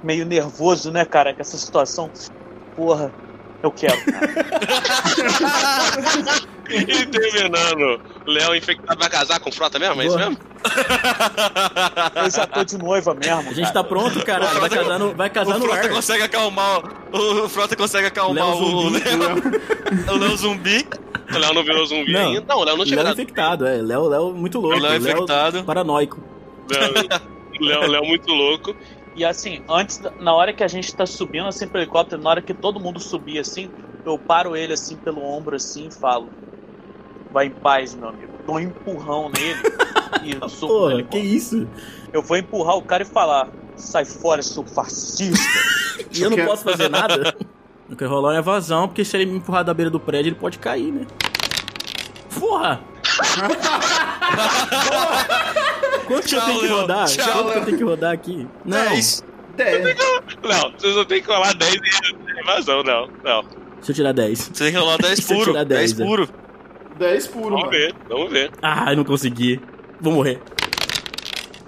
meio nervoso, né, cara, com essa situação. Porra, eu quero.
então-
E terminando, o Léo infectado vai casar com o Frota mesmo? É isso
Boa.
mesmo?
Eu já tô de noiva mesmo.
A gente tá pronto, caralho. Vai casar no, vai casar
O
no ar.
Frota consegue acalmar. o- O Frota consegue acalmar
Léo
o
zumbi.
Léo. O Léo zumbi.
O Léo não virou zumbi
Não.
ainda? Não, o Léo não tinha
Léo
nada.
infectado, é. Léo, Léo muito louco.
Léo infectado.
paranoico.
Não, O Léo, o Léo muito louco.
E assim, antes, da- na hora que a gente tá subindo assim pro helicóptero, na hora que todo mundo subir assim, eu paro ele assim pelo ombro assim e falo: Vai em paz, meu amigo. Dou um empurrão nele e eu subo no
Porra, que
helicóptero.
isso?
Eu vou empurrar o cara e falar: Sai fora, seu fascista.
E eu não
Quer-
posso fazer nada? Não quero rolar uma evasão, é porque se ele me empurrar da beira do prédio, ele pode cair, né? Porra! Porra! Quanto que eu
Tchau,
tenho que
Léo.
rodar?
Tchau,
Quanto que eu
Léo.
tenho que rodar aqui? Não,
Dez.
Dez.
Não, vocês não tem que rolar 10 em invasão, não. Não.
deixa eu tirar 10.
Você tem que rolar 10
Você tira
puro. 10
dez, é.
puro.
Dez puro,
Vamos
mano.
ver, vamos ver.
Ah, eu não consegui. Vou morrer.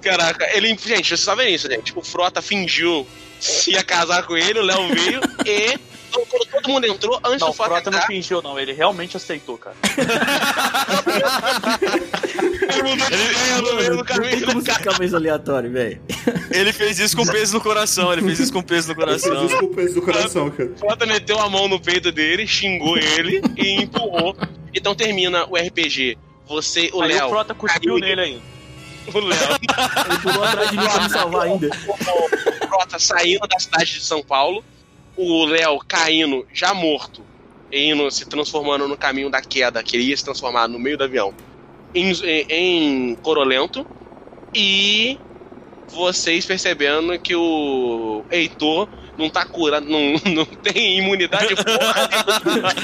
Caraca, ele. Gente, vocês sabem isso, gente. O Frota fingiu se ia casar com ele, o Léo veio e. então, Quando todo mundo entrou, antes
Não,
do
o
Frota
Frota não
entrar,
fingiu, não. Ele realmente aceitou, cara.
todo mundo veio no meio do
Não
caminho.
tem como você ficar mais aleatório, velho.
Ele fez isso com peso no coração. Ele fez isso com peso no coração.
Desculpa esse do coração, cara.
O Frota meteu a mão no peito dele, xingou ele e empurrou. Então termina o RPG. Você, o
Aí
Léo.
o Frota cuspiu
caiu
nele ainda.
O Léo.
Ele pulou atrás de mim pra me salvar ainda.
o Frota saindo da cidade de São Paulo, o Léo caindo, já morto, e indo, se transformando no caminho da queda, que ele ia se transformar no meio do avião, em, em Corolento, e vocês percebendo que o Heitor não tá curado, não, não tem imunidade porra.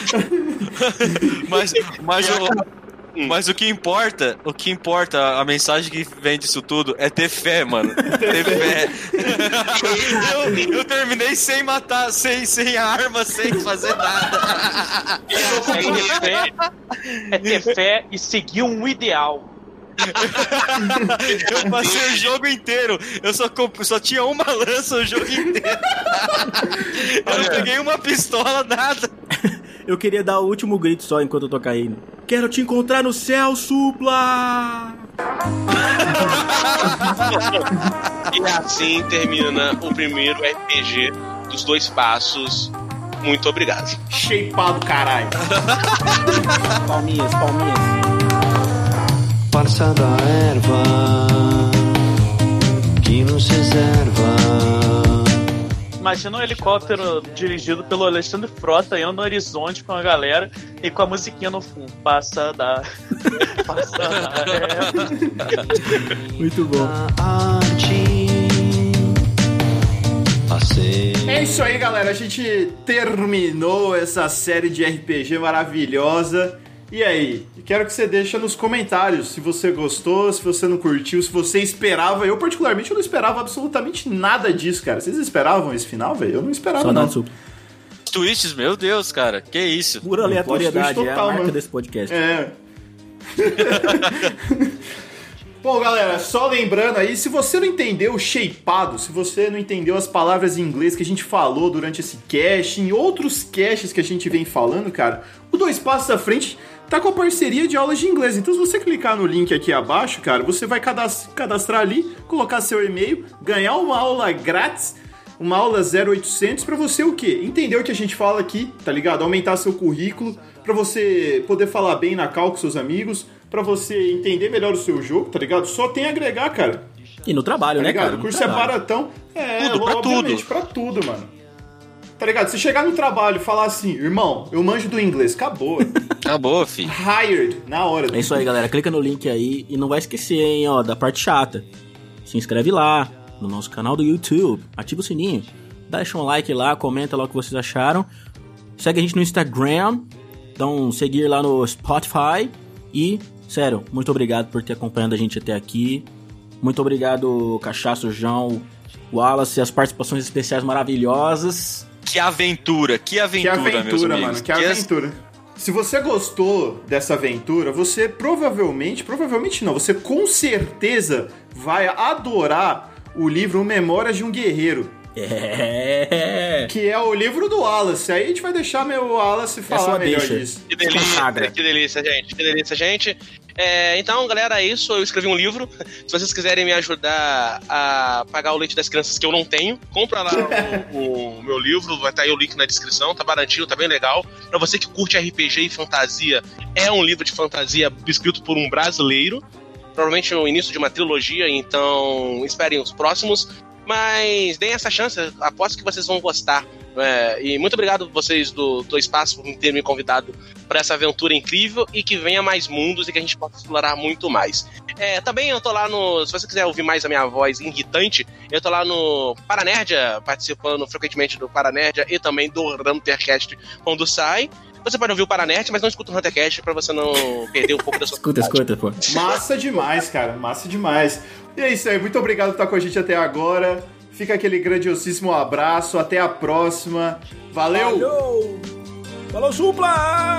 Mas, mas, o, mas o que importa, o que importa, a mensagem que vem disso tudo é ter fé, mano. Ter fé. eu, eu terminei sem matar, sem, sem arma, sem fazer nada.
É ter fé, é ter fé e seguir um ideal.
Eu passei o jogo inteiro. Eu só, comp- só tinha uma lança o jogo inteiro. Eu não peguei uma pistola, nada.
Eu queria dar o último grito só enquanto eu tô caindo. Quero te encontrar no céu, Supla!
E assim termina o primeiro RPG dos dois passos. Muito obrigado.
Shapeado, caralho.
Palminhas, palminhas.
farsa da erva que nos reserva.
Imagina um helicóptero dirigido pelo Alexandre Frota indo no horizonte com a galera e com a musiquinha no fundo. Passa da. Passa da.
Muito bom.
A arte a ser
É isso aí, galera. A gente terminou essa série de RPG maravilhosa. E aí, quero que você deixa nos comentários se você gostou, se você não curtiu, se você esperava. Eu, particularmente, eu não esperava absolutamente nada disso, cara. Vocês esperavam esse final, velho? Eu não esperava,
Saudade do
não.
Supla.
Twists, meu Deus, cara. Que isso?
Pura
plot
aleatoriedade,
twist
é a
total,
marca
mano.
desse podcast.
É. Bom, galera, só lembrando aí, se você não entendeu o shapeado, se você não entendeu as palavras em inglês que a gente falou durante esse cast, em outros casts que a gente vem falando, cara, o Dois Passos à Frente tá com a parceria de aulas de inglês. Então, se você clicar no link aqui abaixo, cara, você vai cadas- cadastrar ali, colocar seu e-mail, ganhar uma aula grátis uma aula 0800 pra você o quê? Entender o que a gente fala aqui, tá ligado? Aumentar seu currículo pra você poder falar bem na cal com seus amigos, pra você entender melhor o seu jogo, tá ligado? Só tem a agregar, cara.
E no trabalho,
Tá
né,
ligado?
cara?
O
No
curso é
trabalho.
baratão. É,
Tudo, pra
obviamente,
tudo.
pra tudo, mano. Tá ligado? Se chegar no trabalho e falar assim, irmão, eu manjo do inglês, acabou.
Acabou, filho.
Hired, na hora. tá
É isso aí, galera. Clica no link aí e não vai esquecer, hein, ó, da parte chata. Se inscreve lá no nosso canal do YouTube, ativa o sininho, deixa um like lá, comenta lá o que vocês acharam. Segue a gente no Instagram, então seguir lá no Spotify e, sério, muito obrigado por ter acompanhado a gente até aqui. Muito obrigado, Cachaço, João, Wallace, as participações especiais maravilhosas.
Que aventura, que
Que
aventura,
aventura,
meus amigos.
mano. Que
as-
aventura. Se você gostou dessa aventura, você provavelmente, provavelmente não, você com certeza vai adorar o livro Memórias de um Guerreiro,
É!
que é o livro do Wallace. Aí a gente vai deixar meu Wallace falar
sua
melhor
deixa.
disso.
Que
Consagra.
delícia, que delícia, gente. Que delícia, gente. É, então, galera, é isso. Eu escrevi um livro. Se vocês quiserem me ajudar a pagar o leite das crianças que eu não tenho, compra lá o, o meu livro. Vai estar aí o link na descrição. Tá baratinho, tá bem legal. Pra você que curte RPG e fantasia, é um livro de fantasia escrito por um brasileiro. Provavelmente é o início de uma trilogia, então esperem os próximos. Mas deem essa chance, aposto que vocês vão gostar. É, e muito obrigado vocês do, do Espaço por terem me convidado para essa aventura incrível e que venha mais mundos e que a gente possa explorar muito mais. É, também eu tô lá no. Se você quiser ouvir mais a minha voz irritante, eu tô lá no Paranerdia, participando frequentemente do Paranerdia e também do Huntercast quando sai. Você pode ouvir o Paranerdia, mas não escuta o Huntercast para você não perder um pouco da sua.
Escuta, escuta, pô.
Massa demais, cara. Massa demais. E é isso aí. Muito obrigado por estar com a gente até agora. Fica aquele grandiosíssimo abraço. Até a próxima. Valeu.
Falou! Falou, supla!